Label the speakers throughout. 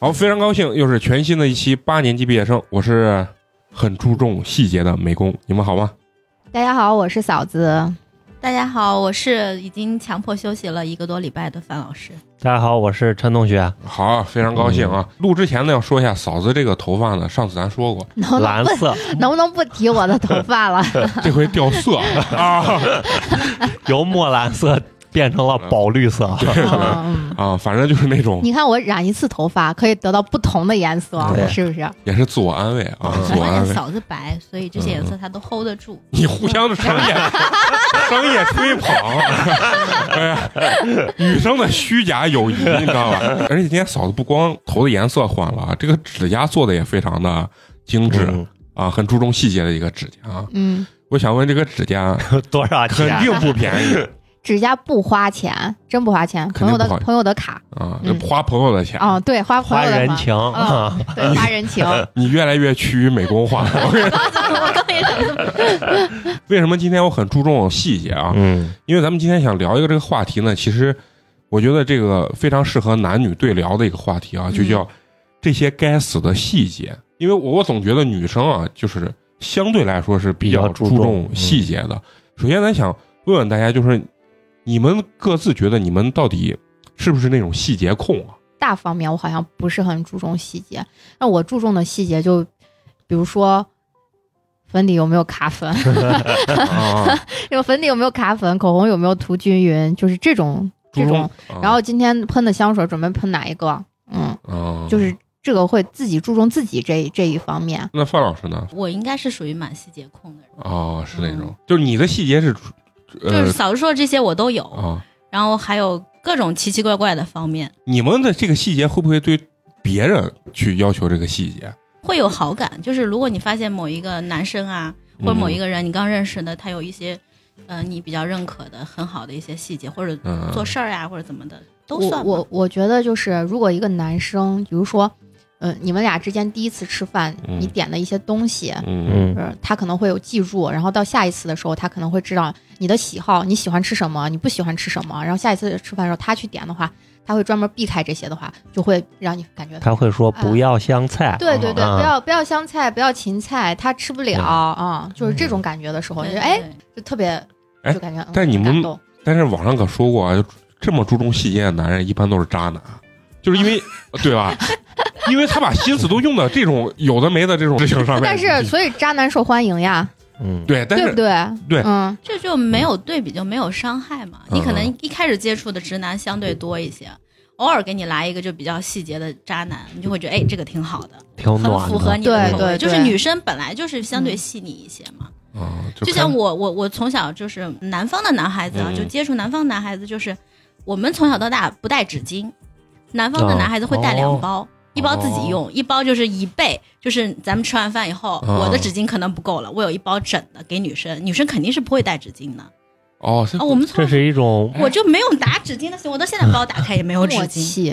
Speaker 1: 好，非常高兴，又是全新的一期八年级毕业生，我是很注重细节的美工，你们好吗？
Speaker 2: 大家好，我是嫂子。
Speaker 3: 大家好，我是已经强迫休息了一个多礼拜的范老师。
Speaker 4: 大家好，我是陈同学，
Speaker 1: 好，非常高兴啊！录之前呢，要说一下嫂子这个头发呢，上次咱说 过，
Speaker 2: 能不能
Speaker 4: 蓝
Speaker 2: 不
Speaker 4: 色
Speaker 2: 能不能不提我的头发了？
Speaker 1: 这回掉色 啊
Speaker 4: 由墨蓝色变成了宝绿色，
Speaker 2: 嗯
Speaker 1: 啊，反正就是那种
Speaker 2: 你看我染一次头发可以得到不同的颜色
Speaker 4: 对，
Speaker 2: 是不是？嗯
Speaker 1: 也是自我安慰啊，
Speaker 3: 我
Speaker 1: 自我
Speaker 3: 发
Speaker 1: 安
Speaker 3: 现
Speaker 1: 慰。
Speaker 3: 嫂子白，所以这些颜色她都 hold 得住。
Speaker 1: 你互相的商 业商业吹 捧，哎呀，女生的虚假友谊，你知道吧？而且今天嫂子不光头的颜色换了，啊这个指甲做的也非常的精致、
Speaker 4: 嗯
Speaker 1: 啊，很注重细节的一个指甲啊。
Speaker 2: 嗯，
Speaker 1: 我想问，这个啊指甲
Speaker 4: 嗯多少
Speaker 1: 肯
Speaker 4: 钱？
Speaker 1: 定不便宜
Speaker 2: 指甲不花钱，真不花钱，
Speaker 1: 肯定
Speaker 2: 朋友的
Speaker 1: 不花钱
Speaker 2: 朋友的卡。
Speaker 1: 啊，
Speaker 2: 嗯
Speaker 1: 花朋友的钱，
Speaker 2: 哦，对，花朋
Speaker 4: 花
Speaker 2: 友的
Speaker 4: 人
Speaker 2: 嘛，
Speaker 4: 情啊，
Speaker 2: 对，花人情。
Speaker 1: 你越来越趋于美工 化。我跟你说
Speaker 3: 我刚也想这么
Speaker 1: 为什么今天我很注重细节啊？
Speaker 4: 嗯
Speaker 1: 因为咱们今天想聊一个这个话题呢，其实我觉得这个非常适合男女对聊的一个话题
Speaker 2: 嗯
Speaker 1: 啊，就叫这些该死的细节。因为我我总觉得女生啊，就是相对来说是比较
Speaker 4: 比较注
Speaker 1: 注
Speaker 4: 重
Speaker 1: 重细节
Speaker 2: 嗯
Speaker 1: 的。首先，咱想问问大家，就是你们各自觉得你们到底是不是那种细节控啊？
Speaker 2: 大方面我好像不是很注重细节，那我注重的细节就比如说。粉底有没有卡粉？
Speaker 1: 啊，
Speaker 2: 有粉底有没有卡粉？口红有没有涂均匀？就是这种
Speaker 1: 注
Speaker 2: 这
Speaker 1: 重
Speaker 2: 种。。然后今天喷的香水准备喷哪一个？嗯，
Speaker 1: 啊，
Speaker 2: 就是是这个会自己注重自己这这一方面。
Speaker 1: 那范老师呢？
Speaker 3: 我应该是属于蛮细节控 的人，
Speaker 1: 啊，是那种
Speaker 3: 嗯，
Speaker 1: 就是你的细节是，
Speaker 3: 就
Speaker 1: 呃
Speaker 3: 是嫂子说的这些我都有，
Speaker 1: 啊，
Speaker 3: 然后还有各种奇奇怪怪的方面，
Speaker 1: 你们的这个细节会不会对别人去要求这个细节？
Speaker 3: 会有好感。就是如果你发现某一个男生啊，
Speaker 1: 嗯
Speaker 3: 或者某一个人你刚认识的，他有一些，呃，你比较认可的很好的一些细节，或者
Speaker 1: 嗯
Speaker 3: 做事儿啊，或者怎么的，都
Speaker 2: 我
Speaker 3: 算吧
Speaker 2: 我我觉得就是，如果一个男生，比如说，嗯、你们俩之间第一次吃饭，
Speaker 1: 嗯
Speaker 2: 你点的一些东西，
Speaker 1: 嗯
Speaker 4: 嗯
Speaker 2: 呃，他可能会有记住，然后到下一次的时候，他可能会知道你的喜好，你喜欢吃什么，你不喜欢吃什么，然后下一次吃饭的时候，他去点的话，他会专门避开这些的话，就会让你感觉。
Speaker 4: 他会说不要香菜，
Speaker 2: 对对对，
Speaker 4: 啊
Speaker 2: 不要不要香菜，不要芹菜，他吃不了啊、就是这种感觉的时候，
Speaker 3: 嗯对
Speaker 2: 就
Speaker 3: 对
Speaker 2: 是哎，
Speaker 3: 对
Speaker 2: 就特别，
Speaker 1: 哎
Speaker 2: 就感觉。嗯
Speaker 1: 但你们
Speaker 2: 感动
Speaker 1: 但是网上可说过啊，就这么注重细节的男人一般都是渣男，就是因 为对吧？因为他把心思都用到这种有的没的这种事情上面。
Speaker 2: 但是，所以渣男受欢迎呀，
Speaker 4: 嗯，
Speaker 1: 对，但
Speaker 2: 对
Speaker 1: 是
Speaker 2: 不对？
Speaker 1: 对
Speaker 2: 嗯，
Speaker 3: 这就没有对比，就没有伤害嘛。
Speaker 1: 嗯
Speaker 3: 你可能一开始接触的直男相对多一些，偶尔给你来一个就比较细节的渣男，你就会觉得哎，这个挺好的，
Speaker 4: 挺
Speaker 3: 很
Speaker 4: 暖
Speaker 3: 符合
Speaker 4: 的，
Speaker 3: 你的
Speaker 2: 对
Speaker 3: 口味。
Speaker 2: 对
Speaker 3: 就是
Speaker 2: 对
Speaker 3: 女生本来就是相对细腻一些嘛。
Speaker 1: 啊，
Speaker 3: 就
Speaker 1: 看
Speaker 3: 像我，我我从小就是南方的男孩子啊，
Speaker 1: 嗯
Speaker 3: 就接触南方男孩子，就是我们从小到大不带纸巾，南方的
Speaker 4: 哦
Speaker 3: 男孩子会带两包。一包自己用，一包就是一备，就是咱们吃完饭以后，
Speaker 1: 哦
Speaker 3: 我的纸巾可能不够了，我有一包整的给女生，女生肯定是不会带纸巾的啊、
Speaker 1: 哦，这
Speaker 3: 我们从
Speaker 4: 这是一种，
Speaker 3: 我就没有打纸巾的习惯，我到现在包打开也没有纸
Speaker 2: 默
Speaker 3: 巾，
Speaker 2: 契，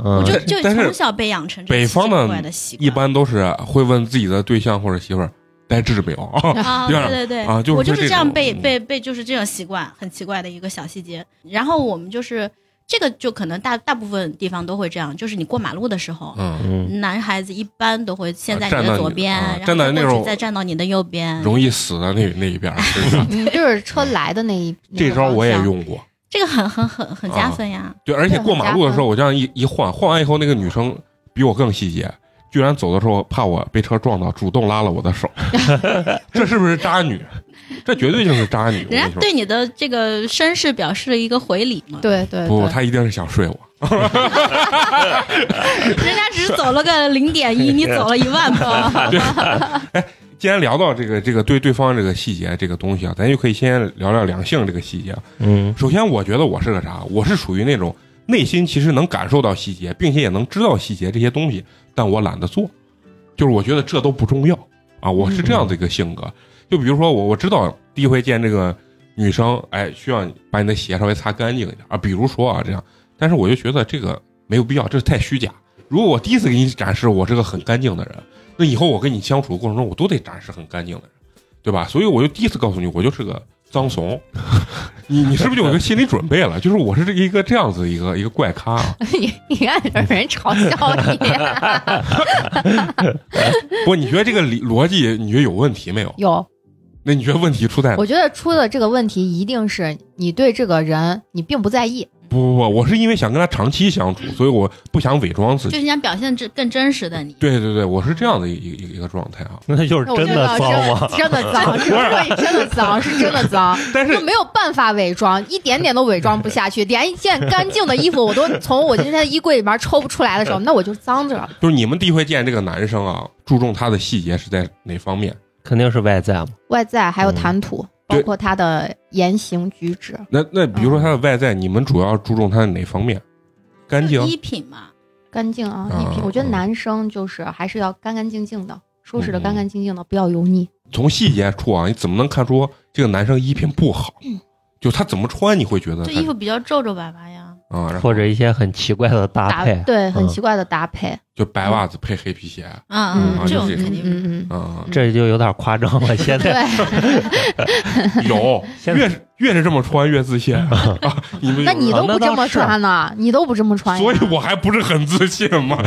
Speaker 4: 嗯
Speaker 3: 我就
Speaker 1: 嗯
Speaker 3: 就
Speaker 1: 但是
Speaker 3: 从小被养成这
Speaker 1: 北
Speaker 3: 种奇
Speaker 1: 方
Speaker 3: 奇
Speaker 1: 的
Speaker 3: 怪怪的习惯。
Speaker 1: 一般都是会问自己的对象或者媳妇儿带痣没有 啊？
Speaker 3: 啊，
Speaker 1: 对吧
Speaker 3: 对对对，
Speaker 1: 啊就是
Speaker 3: 我就
Speaker 1: 这
Speaker 3: 是这样
Speaker 1: 种
Speaker 3: 被
Speaker 1: 嗯
Speaker 3: 被被就是这种习惯，很奇怪的一个小细节。然后我们就是这个，就可能大大部分地方都会这样，就是你过马路的时候，
Speaker 1: 嗯，
Speaker 4: 嗯
Speaker 3: 男孩子一般都会先
Speaker 1: 啊
Speaker 3: 在
Speaker 1: 站
Speaker 3: 你
Speaker 1: 到
Speaker 3: 的
Speaker 1: 你
Speaker 3: 左边，
Speaker 1: 啊
Speaker 3: 然后
Speaker 1: 站到
Speaker 3: 再
Speaker 1: 那
Speaker 3: 过去
Speaker 1: 种
Speaker 3: 再站到你的右边。
Speaker 1: 容易死的那那一边儿，是吧
Speaker 2: 嗯，就是车来的 那一
Speaker 1: 这招我也，
Speaker 2: 那个方
Speaker 1: 用过。
Speaker 3: 这个很很很很加
Speaker 1: 啊
Speaker 3: 分呀！
Speaker 1: 对，而且过马路的时候，我这样一一晃，晃完以后，那个女生比我更细节，居然走的时候怕我被车撞到，主动拉了我的 手，这是不是渣女？这绝对就是渣女！我跟你
Speaker 3: 人家
Speaker 1: 说，
Speaker 3: 对你的这个绅士表示了一个回礼嘛
Speaker 2: 向，对对
Speaker 1: 不，
Speaker 2: 对，
Speaker 1: 她一定是想睡我。
Speaker 3: 人家只是走了个零 点一，你走了一万步。
Speaker 1: 既然聊到这个这个对对方这个细节这个东西啊，咱就可以先聊聊两性这个细节啊。
Speaker 4: 嗯
Speaker 1: 首先，我觉得我是个啥？我是属于那种内心其实能感受到细节，并且也能知道细节这些东西，但我懒得做，就是我觉得这都不重要啊。我是这样的一个性格。就比如说我，我知道第一回见这个女生，哎，需要你把你的鞋稍微擦干净一点啊。比如说啊，这样，但是我就觉得这个没有必要，这太虚假。如果我第一次给你展示我是个很干净的人，那以后我跟你相处的过程中，我都得展示很干净的人，对吧？所以我就第一次告诉你，我就是个脏怂，你你是不是就有一个心理准备了？就是我是这一个这样子一个一个怪咖啊。
Speaker 2: 你你看有人嘲笑你，
Speaker 1: 不过你觉得这个理逻辑，你觉得有问题没有？
Speaker 2: 有，
Speaker 1: 那你觉得问题出在哪？
Speaker 2: 我觉得出的这个问题一定是你对这个人你并不在意，
Speaker 1: 不不不，我是因为想跟他长期相处，所以我不想伪装自
Speaker 3: 就
Speaker 1: 己。
Speaker 3: 是想表现真更真实的你。
Speaker 1: 对对对，我是这样的一一一个一个状态啊。
Speaker 4: 那就是
Speaker 2: 那我
Speaker 4: 真
Speaker 2: 就知
Speaker 4: 的
Speaker 2: 道
Speaker 4: 脏吗？
Speaker 2: 真真的脏，是对， 真的脏，是真的脏，
Speaker 1: 但
Speaker 2: 就是没有办法伪装，一点点都伪装不下去，连一件干净的衣服我都从我今天的衣柜里面抽不出来的 时候，那我就脏着了。
Speaker 1: 就是你们第一回见这个男生啊，注重他的细节是在哪方面？
Speaker 4: 肯定是外在嘛。
Speaker 2: 外在还有谈吐，
Speaker 1: 对
Speaker 2: 包括他的言行举止，
Speaker 1: 那那比如说他的外在，你们主要注重他的哪方面？干净
Speaker 3: 就衣品嘛，
Speaker 2: 干净啊，
Speaker 1: 啊
Speaker 2: 一品。我觉得
Speaker 1: 嗯
Speaker 2: 男生就是还是要干干净净的，收拾的
Speaker 1: 嗯
Speaker 2: 干干净净的，不要油腻。
Speaker 1: 从细节处啊，你怎么能看出这个男生衣品不好？就他怎么穿，你会觉得
Speaker 3: 嗯就
Speaker 1: 他
Speaker 3: 衣服比较皱皱巴巴呀。
Speaker 1: 啊，然后
Speaker 4: 或者一些很奇怪的搭配，
Speaker 2: 对，很
Speaker 4: 嗯
Speaker 2: 奇怪的搭配。
Speaker 1: 就白袜子配黑皮鞋
Speaker 3: 嗯
Speaker 2: 嗯
Speaker 1: 啊
Speaker 3: 这种
Speaker 1: 就是
Speaker 3: 肯
Speaker 2: 嗯
Speaker 3: 定不
Speaker 2: 嗯嗯，
Speaker 1: 啊，
Speaker 4: 这就有点夸张了。现在
Speaker 2: 对。
Speaker 1: 有
Speaker 4: 现在
Speaker 1: 越是越是这么穿越自信啊，你们有
Speaker 2: 那你
Speaker 4: 啊
Speaker 2: 都
Speaker 4: 那
Speaker 2: 不这
Speaker 4: 倒
Speaker 2: 么
Speaker 4: 是
Speaker 2: 穿呢？你都不这么穿呀，
Speaker 1: 所以我还不是很自信嘛。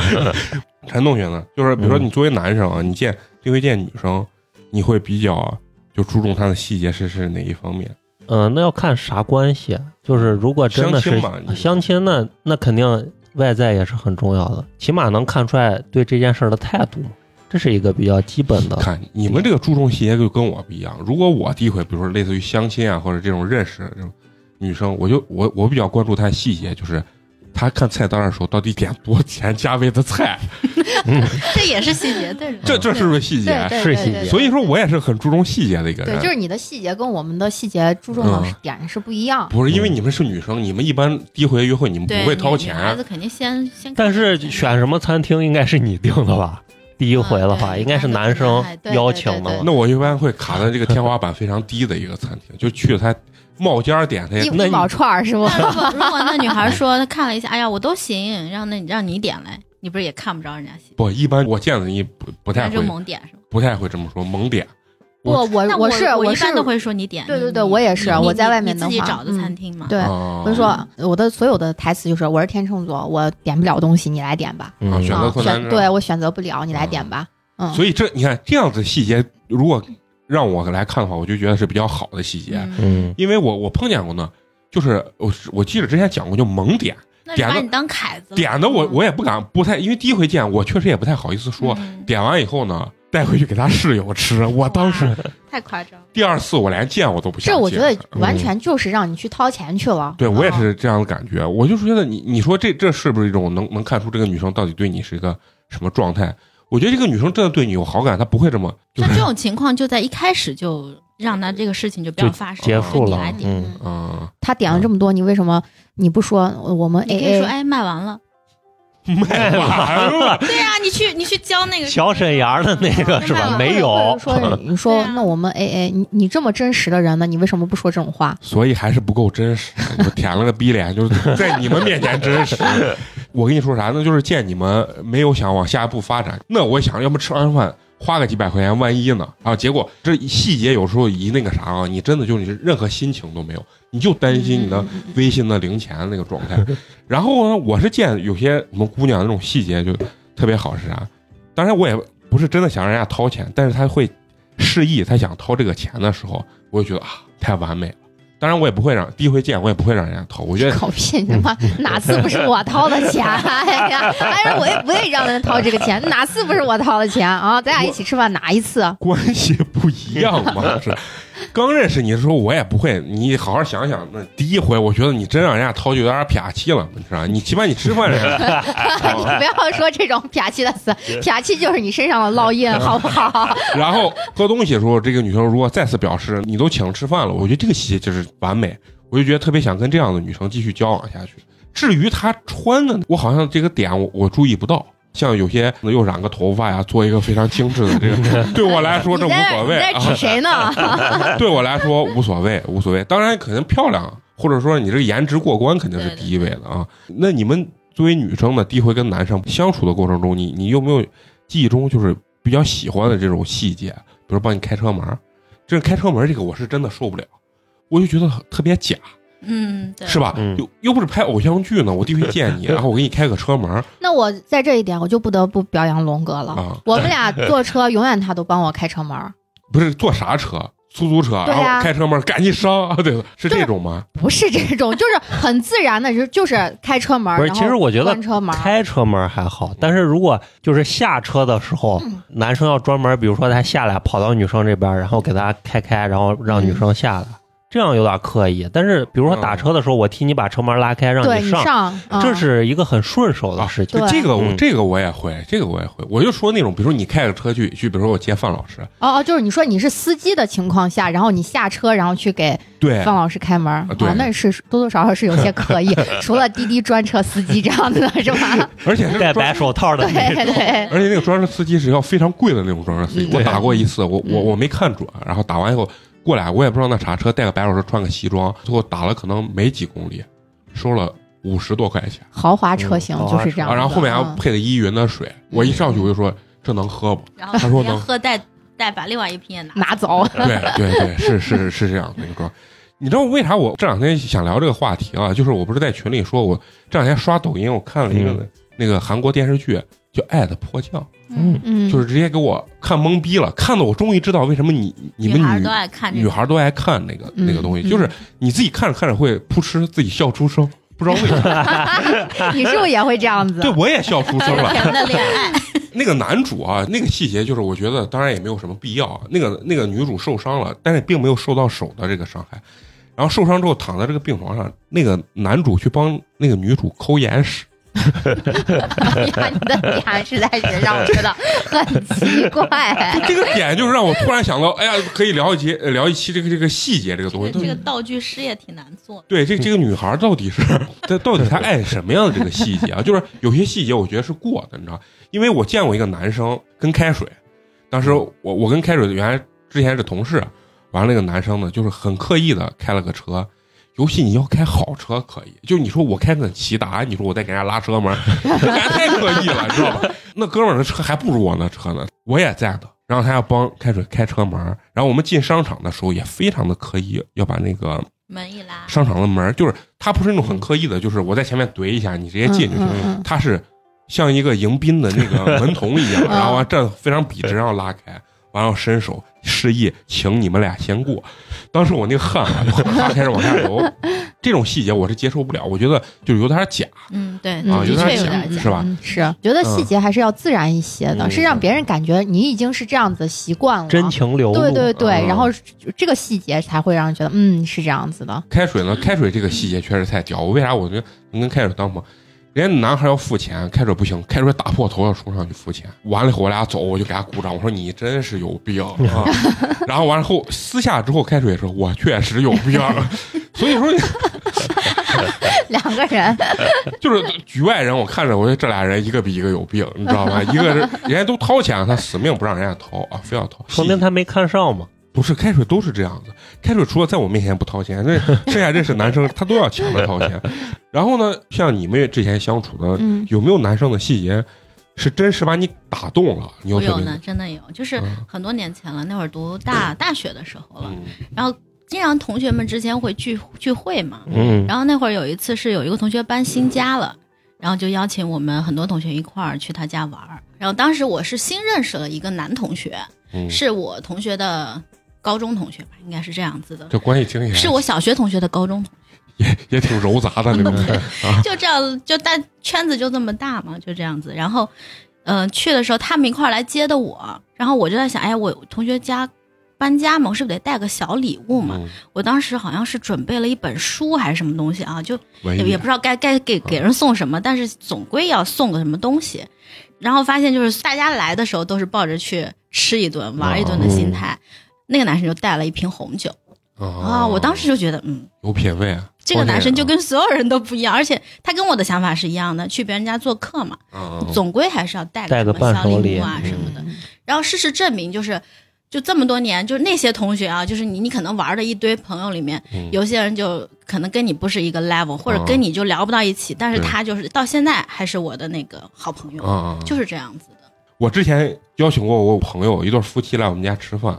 Speaker 1: 陈同学呢，就是比如说
Speaker 4: 嗯
Speaker 1: 你作为男生啊，你见这回见女生，你会比较就注重她的细节是是哪一方面？
Speaker 4: 嗯，那要看啥关系。啊就是如果真的是
Speaker 1: 相亲吧你
Speaker 4: 相亲那那肯定外在也是很重要的，起码能看出来对这件事儿的态度嘛，这是一个比较基本的。
Speaker 1: 看你们这个注重细节就跟我不一样。如果我第一回，比如说类似于相亲啊，或者这种认识这种女生，我就我我比较关注她细节，就是她看菜单的时候到底点多钱价位的菜，
Speaker 3: 这也是细节，对
Speaker 1: 这这是不是细节？啊
Speaker 2: 对对
Speaker 4: 是
Speaker 2: 对
Speaker 4: 细
Speaker 2: 对
Speaker 4: 节
Speaker 2: 对
Speaker 1: 所以说我也是很注重细节的一个人。
Speaker 2: 对，就是你的细节跟我们的细节注重的
Speaker 1: 嗯
Speaker 2: 点是不一样。
Speaker 1: 不是因为你们是女生，你们一般第一回约会你们
Speaker 3: 对
Speaker 1: 不会掏
Speaker 3: 女孩
Speaker 1: 钱啊
Speaker 3: 子，肯定先先看看钱。
Speaker 4: 但是选什么餐厅应该是你定的吧？第一回的话，
Speaker 3: 嗯对
Speaker 4: 应该是男生
Speaker 3: 对
Speaker 4: 邀请的
Speaker 3: 对
Speaker 4: 嘛。
Speaker 1: 那我一般会卡在这个天花板非常低的一个餐厅，就去他冒尖儿点他
Speaker 2: 一
Speaker 1: 也
Speaker 4: 那
Speaker 2: 一
Speaker 4: 你
Speaker 2: 毛串儿是不？
Speaker 3: 那如果如果那女孩说她看了一下，哎呀，我都行，让那让你点来，你不是也看不着人家细节，
Speaker 1: 不一般。我见的你不不太
Speaker 3: 那就
Speaker 1: 会，
Speaker 3: 猛点是吧？
Speaker 1: 不太会这么说，猛点。
Speaker 2: 不，我
Speaker 3: 那
Speaker 2: 哎我是
Speaker 3: 我一
Speaker 2: 是
Speaker 3: 般都会说你点。
Speaker 2: 对对
Speaker 3: 你
Speaker 2: 对
Speaker 3: 你
Speaker 2: 我也是
Speaker 3: 你
Speaker 2: 我在
Speaker 3: 你
Speaker 2: 外面
Speaker 3: 你
Speaker 2: 的
Speaker 3: 自己
Speaker 2: 话
Speaker 3: 找的
Speaker 2: 嗯
Speaker 3: 餐厅嘛。
Speaker 2: 对，
Speaker 1: 啊
Speaker 2: 我就说我的所有的台词就是我是天秤座，我点不了东西，你来点吧。
Speaker 4: 嗯
Speaker 1: 啊，选择
Speaker 2: 啊，
Speaker 1: 困难
Speaker 2: 选
Speaker 1: 症。
Speaker 2: 对我选择不了，你来点吧。嗯，
Speaker 1: 所以这你看这样子细节，如果让我来看的话，我就觉得是比较好的细节，
Speaker 3: 嗯，
Speaker 4: 嗯，
Speaker 1: 因为我我碰见过呢，就是我是我记得之前讲过，就猛点
Speaker 3: 那是
Speaker 1: 点
Speaker 3: 把
Speaker 1: 的
Speaker 3: 你当凯子了
Speaker 1: 点的我我也不敢不太，因为第一回见我确实也不太好意思说，
Speaker 3: 嗯
Speaker 1: 点完以后呢。带回去给他室友吃，我当时
Speaker 3: 哇太夸张了。
Speaker 1: 第二次我连见我都不想
Speaker 2: 这
Speaker 1: 见。
Speaker 2: 我觉得
Speaker 1: 嗯
Speaker 2: 完全就是让你去掏钱去了。
Speaker 1: 对我也
Speaker 2: 嗯。
Speaker 1: 是这样的感觉，我就是觉得你你说这这是不是一种能能看出这个女生到底对你是一个什么状态？我觉得这个女生真的对你有好感，她不会这么就
Speaker 3: 像
Speaker 1: 是
Speaker 3: 这种情况，就在一开始就让他这个事情就不要
Speaker 4: 就
Speaker 3: 发生，
Speaker 4: 结
Speaker 1: 束
Speaker 3: 你
Speaker 1: 了
Speaker 3: 来点。
Speaker 4: 嗯
Speaker 1: 嗯
Speaker 2: 他点了这么多，你为什么你不说我们
Speaker 3: 你可以
Speaker 2: A
Speaker 3: 说
Speaker 2: A？
Speaker 3: 哎卖完了。
Speaker 1: 卖完 了，
Speaker 3: 对呀，你去你去教那个
Speaker 4: 小沈阳的哎那个是吧？没有，
Speaker 2: 说你说
Speaker 3: 对啊
Speaker 2: 那我们 A A，你你这么真实的人呢，你为什么不说这种话？
Speaker 1: 所以还是不够真实。我舔了个逼脸，就是在你们面前真实。我跟你说啥呢？就是见你们没有想往下一步发展，那我想要么吃完饭花个几百块钱，万一呢？啊，结果这细节有时候一那个啥啊，你真的就是你任何心情都没有，你就担心你的微信的零钱那个状态。然后呢，我是见有些我们姑娘那种细节就特别好是啥？当然我也不是真的想让人家掏钱，但是她会示意她想掏这个钱的时候，我就觉得啊太完美了。当然我也不会让第一回见我也不会让人家掏，我觉得
Speaker 2: 狗屁！你他妈哪次不是我掏的钱？哎呀， 哎，我也不愿意让人掏这个钱，哪次不是我掏的钱啊？咱俩一起吃饭哪一次？
Speaker 1: 关系不一样嘛。是刚认识你的时候，我也不会。你好好想想，那第一回，我觉得你真让人家掏就有点撇气了，你知道吧？你起码你吃饭人家
Speaker 2: 你不要说这种 撇气的词，撇气就是你身上的烙印，好不好？
Speaker 1: 然后喝东西的时候，这个女生如果再次表示你都请吃饭了，我觉得这个细节就是完美，我就觉得特别想跟这样的女生继续交往下去。至于她穿的，我好像这个点我我注意不到。像有些又染个头发呀，做一个非常精致的这个， 对我来 说
Speaker 2: 你
Speaker 1: 这无
Speaker 2: 在
Speaker 1: 所谓
Speaker 2: 你在
Speaker 1: 啊。
Speaker 2: 指谁呢？
Speaker 1: 对我来说无所谓， 无所谓。当然，可能漂亮，或者说你这颜值过关，肯定是第一位的啊。那你们作为女生呢，第一回跟男生相处的过程中，你你有没有记忆中就是比较喜欢的这种细节？比如帮你开车门儿，这开车门儿这个我是真的受不了。我就觉得很特别假，
Speaker 3: 嗯，对，
Speaker 1: 是吧？
Speaker 4: 嗯
Speaker 1: 又又不是拍偶像剧呢，我地去见你，然后我给你开个车门儿
Speaker 2: 那我在这一点，我就不得不表扬龙哥了。
Speaker 1: 啊，
Speaker 2: 我们俩坐车，永远他都帮我开车门儿，
Speaker 1: 不是坐啥车？出租车，
Speaker 2: 对
Speaker 1: 然
Speaker 2: 呀
Speaker 1: 后开车门儿赶紧上， 对吧？是
Speaker 2: 对
Speaker 1: 这种吗？
Speaker 2: 不是这种，就是很自然的，就是就是开车门儿。
Speaker 4: 不是
Speaker 2: 然
Speaker 4: 其实
Speaker 2: 后
Speaker 4: 我觉得
Speaker 2: 关车门儿，
Speaker 4: 开车门还好，但是如果就是下车的时候，
Speaker 2: 嗯
Speaker 4: 男生要专门，比如说他下来跑到女生这边，然后给他开开，然后让女生下来，
Speaker 2: 嗯
Speaker 4: 这样有点刻意。但是比如说打车的时候，我替你把车门拉开，让
Speaker 2: 对
Speaker 4: 你
Speaker 2: 你
Speaker 4: 上，
Speaker 2: 上，嗯
Speaker 4: 这是一个很顺手的事情。
Speaker 1: 对啊
Speaker 2: 对
Speaker 1: 这个我
Speaker 4: 嗯
Speaker 1: 这个我也会，这个我也会。我就说那种，比如说你开着车去去，比如说我接范老师，
Speaker 2: 哦哦，就是你说你是司机的情况下，然后你下车，然后去给
Speaker 1: 对
Speaker 2: 范老师开门儿，
Speaker 1: 哎啊对
Speaker 2: 哦，那是多多少少是有些刻意，除了滴滴专车司机这样子的是吧？
Speaker 1: 而且是
Speaker 4: 戴
Speaker 1: 专
Speaker 4: 白手套的
Speaker 2: 啊 对
Speaker 4: 那种，
Speaker 2: 对，
Speaker 1: 而且那个专车司机是要非常贵的那种专车司机，
Speaker 2: 嗯
Speaker 1: 我
Speaker 4: 对
Speaker 1: 打过一次，我我
Speaker 2: 嗯
Speaker 1: 我没看准，然后打完以后过来，我也不知道那啥车，带个白手套，穿个西装，最后打了可能没几公里，收了五十多块钱
Speaker 2: 豪华车型
Speaker 4: 嗯
Speaker 2: 就是这样
Speaker 1: 啊，
Speaker 2: 子的。
Speaker 1: 然后后面还
Speaker 2: 嗯
Speaker 1: 配了依云的水，我一上去我就说这能喝不？
Speaker 3: 然后
Speaker 1: 他说
Speaker 3: 别
Speaker 1: 呢
Speaker 3: 喝带带把另外一瓶也拿
Speaker 2: 拿走，
Speaker 1: 对对对，是是是这样那个装。你知道为啥我这两天想聊这个话题啊？就是我不是在群里说，我这两天刷抖音，我看了一个、
Speaker 4: 嗯
Speaker 1: 那个韩国电视剧叫《爱的迫降》，
Speaker 4: 嗯，
Speaker 2: 嗯，
Speaker 1: 就是直接给我看懵逼了，看的我终于知道为什么你你们
Speaker 3: 女孩儿
Speaker 1: 女
Speaker 3: 都爱看这
Speaker 1: 女
Speaker 3: 个，
Speaker 1: 孩儿都爱看那个、
Speaker 2: 嗯
Speaker 1: 那个东西，
Speaker 2: 嗯
Speaker 1: 就是你自己看着看着会扑哧自己笑出声，不知道为啥。
Speaker 2: 嗯你是不是也会这样子？啊
Speaker 1: 对，我也笑出声
Speaker 3: 都是
Speaker 1: 了。
Speaker 3: 甜的恋 爱，
Speaker 1: 那个男主啊，那个细节就是我觉得当然也没有什么必要啊。那个那个女主受伤了，但是并没有受到手的这个伤害。然后受伤之后躺在这个病床上，那个男主去帮那个女主抠眼屎，
Speaker 2: 呀，你嗯的脸是在学校吃的，很奇怪。
Speaker 1: 这个点就是让我突然想到，哎呀，可以聊一节呃聊一期这个这个细节这个东西。
Speaker 3: 这个道具师也挺难做的。
Speaker 1: 对，这这个女孩到底是她到底她爱什么样的这个细节啊？就是有些细节我觉得是过的，你知道？因为我见过一个男生跟开水，当时我我跟开水原来之前是同事，完了那个男生呢，就是很刻意的开了个车。尤其你要开好车可以，就你说我开个骐达，你说我再给人家拉车门，这还太刻意了，你知道吧？那哥们儿的车还不如我那车呢，我也在的。然后他要帮开水开车门，然后我们进商场的时候也非常的刻意，要把那个
Speaker 3: 门一拉，
Speaker 1: 商场的门儿，就是它不是那种很刻意的，就是我在前面怼一下，你直接进去就行。
Speaker 2: 嗯嗯嗯
Speaker 1: 它是像一个迎宾的那个门童 一样，然后啊站非常笔直，然后拉开，完了伸手示意，请你们俩先过。当时我那个汗啊， 就哗开始往下流。这种细节我是接受不了，我觉得就是有点假。
Speaker 3: 嗯，对，
Speaker 2: 嗯
Speaker 1: 啊有
Speaker 3: 的
Speaker 1: 点
Speaker 3: 确有
Speaker 1: 假
Speaker 3: 点
Speaker 2: 嗯
Speaker 3: 假。
Speaker 1: 是吧
Speaker 2: 嗯是，觉得细节还是要自然一些的，
Speaker 4: 嗯
Speaker 2: 是让别人感觉你已经是这样子习惯了。
Speaker 4: 真情流露。
Speaker 2: 对对对，
Speaker 1: 嗯
Speaker 2: 然后这个细节才会让人觉得，嗯，是这样子的。
Speaker 1: 开水呢，开水这个细节确实太屌。我为啥我觉得能跟开水当朋友？人家男孩要付钱，开水不行，开水打破头要冲上去付钱。完了以后我俩走，我就给他鼓掌，我说你真是有病啊！然后完了后私下之后，开水说我确实有病，所以说
Speaker 2: 两个人，
Speaker 1: 就是局外人，我看着我觉得这俩人一个比一个有病，你知道吗？一个是人家都掏钱了，他死命不让人家掏啊，非要掏。
Speaker 4: 说明他没看上嘛。
Speaker 1: 不是开水都是这样子，开水除了在我面前不掏钱， 那剩下认识男生他都要抢着掏钱。然后呢，像你们之前相处的，
Speaker 2: 嗯
Speaker 1: 有没有男生的细节是真是把你打动了？你又
Speaker 3: 我
Speaker 1: 特
Speaker 3: 有
Speaker 1: 别
Speaker 3: 呢，真的有，就是
Speaker 1: 嗯
Speaker 3: 很多年前了，那会儿读大大学的时候了，
Speaker 1: 嗯
Speaker 3: 然后经常同学们之间会聚聚会嘛，
Speaker 4: 嗯，
Speaker 3: 然后那会儿有一次是有一个同学搬新家了，然后就邀请我们很多同学一块儿去他家玩儿。然后当时我是新认识了一个男同学，
Speaker 1: 嗯，
Speaker 3: 是我同学的高中同学吧，应该是这样子的，
Speaker 1: 这关系听起来
Speaker 3: 是我小学同学的高中同
Speaker 1: 也也挺揉杂的那种 感觉啊
Speaker 3: 学，就这样，就大圈子就这么大嘛，就这样子。然后，呃，去的时候他们一块儿来接的我，然后我就在想，哎，我同学家搬家嘛，我是不是得带个小礼物嘛？
Speaker 1: 嗯
Speaker 3: 我当时好像是准备了一本书还是什么东西啊，就
Speaker 1: 文
Speaker 3: 也
Speaker 1: 艺
Speaker 3: 也不知道该该给给人送什么，但是总归要送个什么东西。然后发现就是大家来的时候都是抱着去吃一顿、玩一顿的心态。那个男生就带了一瓶红酒
Speaker 1: 哦
Speaker 3: 啊、我当时就觉得，嗯，
Speaker 1: 有品位啊，
Speaker 3: 这个男生就
Speaker 1: 关
Speaker 3: 跟所有人都不一样，而且他跟我的想法是一样的，去别人家做客嘛，
Speaker 1: 键啊嗯
Speaker 3: 总归还是要带
Speaker 4: 带
Speaker 3: 个
Speaker 4: 个
Speaker 3: 什么小
Speaker 4: 伴手
Speaker 3: 礼
Speaker 4: 礼
Speaker 3: 物啊什么的。
Speaker 2: 嗯
Speaker 3: 然后事实证明，就是就这么多年，就是那些同学啊，就是你你可能玩的一堆朋友里面，
Speaker 1: 嗯
Speaker 3: 有些人就可能跟你不是一个 level，或者跟你就聊不到一起，但是他就是到现在还是我的那个好朋友，
Speaker 1: 啊啊，
Speaker 3: 就是这样子的。
Speaker 1: 我之前邀请过我朋友一对夫妻来我们家吃饭，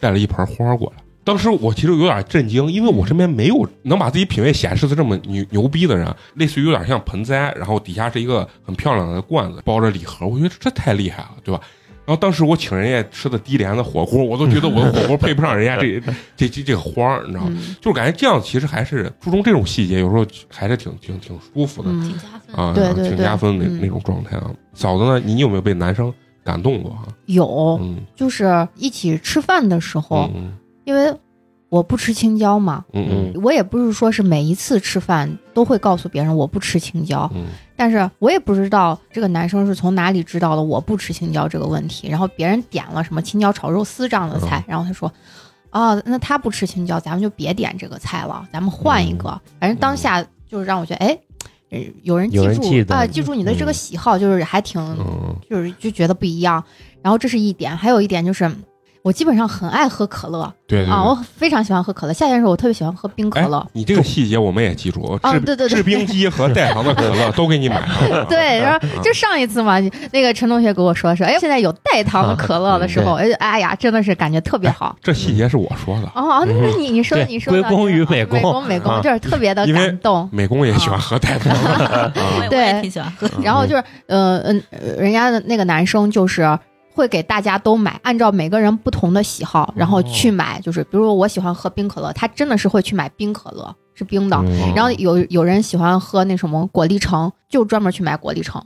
Speaker 1: 带了一盆花过来，当时我其实有点震惊，因为我身边没有能把自己品味显示的这么牛牛逼的人，类似于有点像盆栽，然后底下是一个很漂亮的罐子，包着礼盒，我觉得这太厉害了，对吧？然后当时我请人家吃的低廉的火锅，我都觉得我的火锅配不上人家这这这这个花儿，你知道吗？
Speaker 2: 嗯
Speaker 1: 就是感觉这样其实还是注重这种细节，有时候还是挺挺挺舒服的。
Speaker 2: 嗯
Speaker 3: 挺，加分
Speaker 1: 啊，
Speaker 2: 对对
Speaker 1: 挺
Speaker 2: 对
Speaker 1: 加分的
Speaker 2: 嗯
Speaker 1: 那种状态啊。嫂子呢，你有没有被男生感动过啊？
Speaker 2: 有，
Speaker 1: 嗯
Speaker 2: 就是一起吃饭的时候，
Speaker 1: 嗯
Speaker 2: 因为我不吃青椒嘛，
Speaker 1: 嗯嗯
Speaker 2: 我也不是说是每一次吃饭都会告诉别人我不吃青椒，
Speaker 1: 嗯
Speaker 2: 但是我也不知道这个男生是从哪里知道的我不吃青椒这个问题。然后别人点了什么青椒炒肉丝这样的
Speaker 4: 嗯
Speaker 2: 菜，然后他说：“哦，那他不吃青椒，咱们就别点这个菜了，咱们换一个。
Speaker 4: 嗯
Speaker 2: 反正当下就是让我觉得，哎，呃有人记
Speaker 4: 有人
Speaker 2: 住
Speaker 4: 记得
Speaker 2: 啊，记住你的这个
Speaker 1: 嗯
Speaker 2: 喜好，就是还挺，
Speaker 1: 嗯
Speaker 2: 就是就觉得不一样。然后这是一点，还有一点就是。我基本上很爱喝可乐
Speaker 1: 对对
Speaker 4: 嗯
Speaker 1: 对
Speaker 2: 啊，我非常喜欢喝可乐。夏天的时候，我特别喜欢喝冰可
Speaker 1: 哎
Speaker 2: 乐。
Speaker 1: 你这个细节我们也记住，
Speaker 2: 啊
Speaker 1: 制
Speaker 2: 对对对
Speaker 1: 制冰机和代糖的可乐都给你买上
Speaker 4: 啊
Speaker 1: 了。啊
Speaker 2: 对，然后就上一次嘛，那个陈同学给我说说，哎，现在有代糖的可乐的时 候，哎，哎呀，真的是感觉特别好。
Speaker 1: 这细节是我说的，
Speaker 2: 哦，那那你你说
Speaker 4: 嗯对
Speaker 2: 你说的
Speaker 4: 归功于
Speaker 2: 美
Speaker 4: 美工
Speaker 2: 工美工，
Speaker 4: 啊
Speaker 2: 就是特别的
Speaker 1: 因为
Speaker 2: 感动。
Speaker 1: 美工也喜欢喝代糖。 啊
Speaker 3: 我也我
Speaker 2: 对
Speaker 3: 也挺喜欢喝。
Speaker 2: 哦然
Speaker 4: 嗯
Speaker 2: 后就是，呃嗯，呃人家的那个男生就是。会给大家都买，按照每个人不同的喜好，然
Speaker 4: 哦
Speaker 2: 后去买。就是比如说我喜欢喝冰可乐，他真的是会去买冰可乐，是冰的。
Speaker 4: 嗯
Speaker 2: 啊然后有有人喜欢喝那什么果粒橙，就专门去买果粒橙。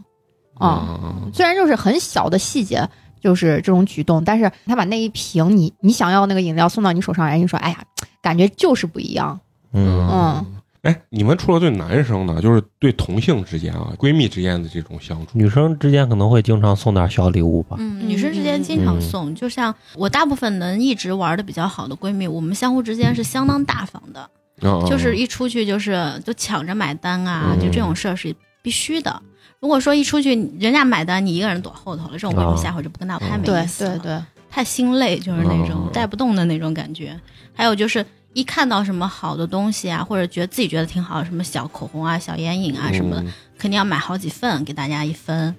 Speaker 2: 啊、
Speaker 1: 嗯
Speaker 2: 虽然就是很小的细节，就是这种举动，但是他把那一瓶你你想要那个饮料送到你手上，然后你说，哎呀，感觉就是不一样。
Speaker 4: 嗯，
Speaker 2: 嗯。
Speaker 1: 哎，你们除了对男生呢，就是对同性之间啊、闺蜜之间的这种相处，
Speaker 4: 女生之间可能会经常送点小礼物吧。
Speaker 3: 嗯，女生之间经常送，就像我大部分能一直玩的比较好的闺蜜，我们相互之间是相当大方的，
Speaker 1: 嗯
Speaker 3: 就是一出去就是就抢着买单啊，
Speaker 1: 嗯
Speaker 3: 就这种事儿是必须的。如果说一出去人家买单，你一个人躲后头了，这种闺蜜
Speaker 4: 啊
Speaker 3: 下回就不跟她玩太没
Speaker 2: 对
Speaker 3: 意思了，
Speaker 2: 对对，
Speaker 3: 太心累，就是那种
Speaker 1: 嗯
Speaker 3: 带不动的那种感觉。还有就是一看到什么好的东西啊，或者觉得自己觉得挺好，什么小口红啊、小眼影啊什么的，
Speaker 1: 嗯
Speaker 3: 肯定要买好几份给大家一分，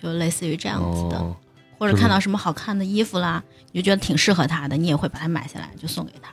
Speaker 3: 就类似于这样子的。
Speaker 1: 哦
Speaker 3: 或
Speaker 1: 是
Speaker 3: 者
Speaker 1: 的
Speaker 3: 看到什么好看的衣服啦，你就觉得挺适合她的，你也会把它买下来就送给她。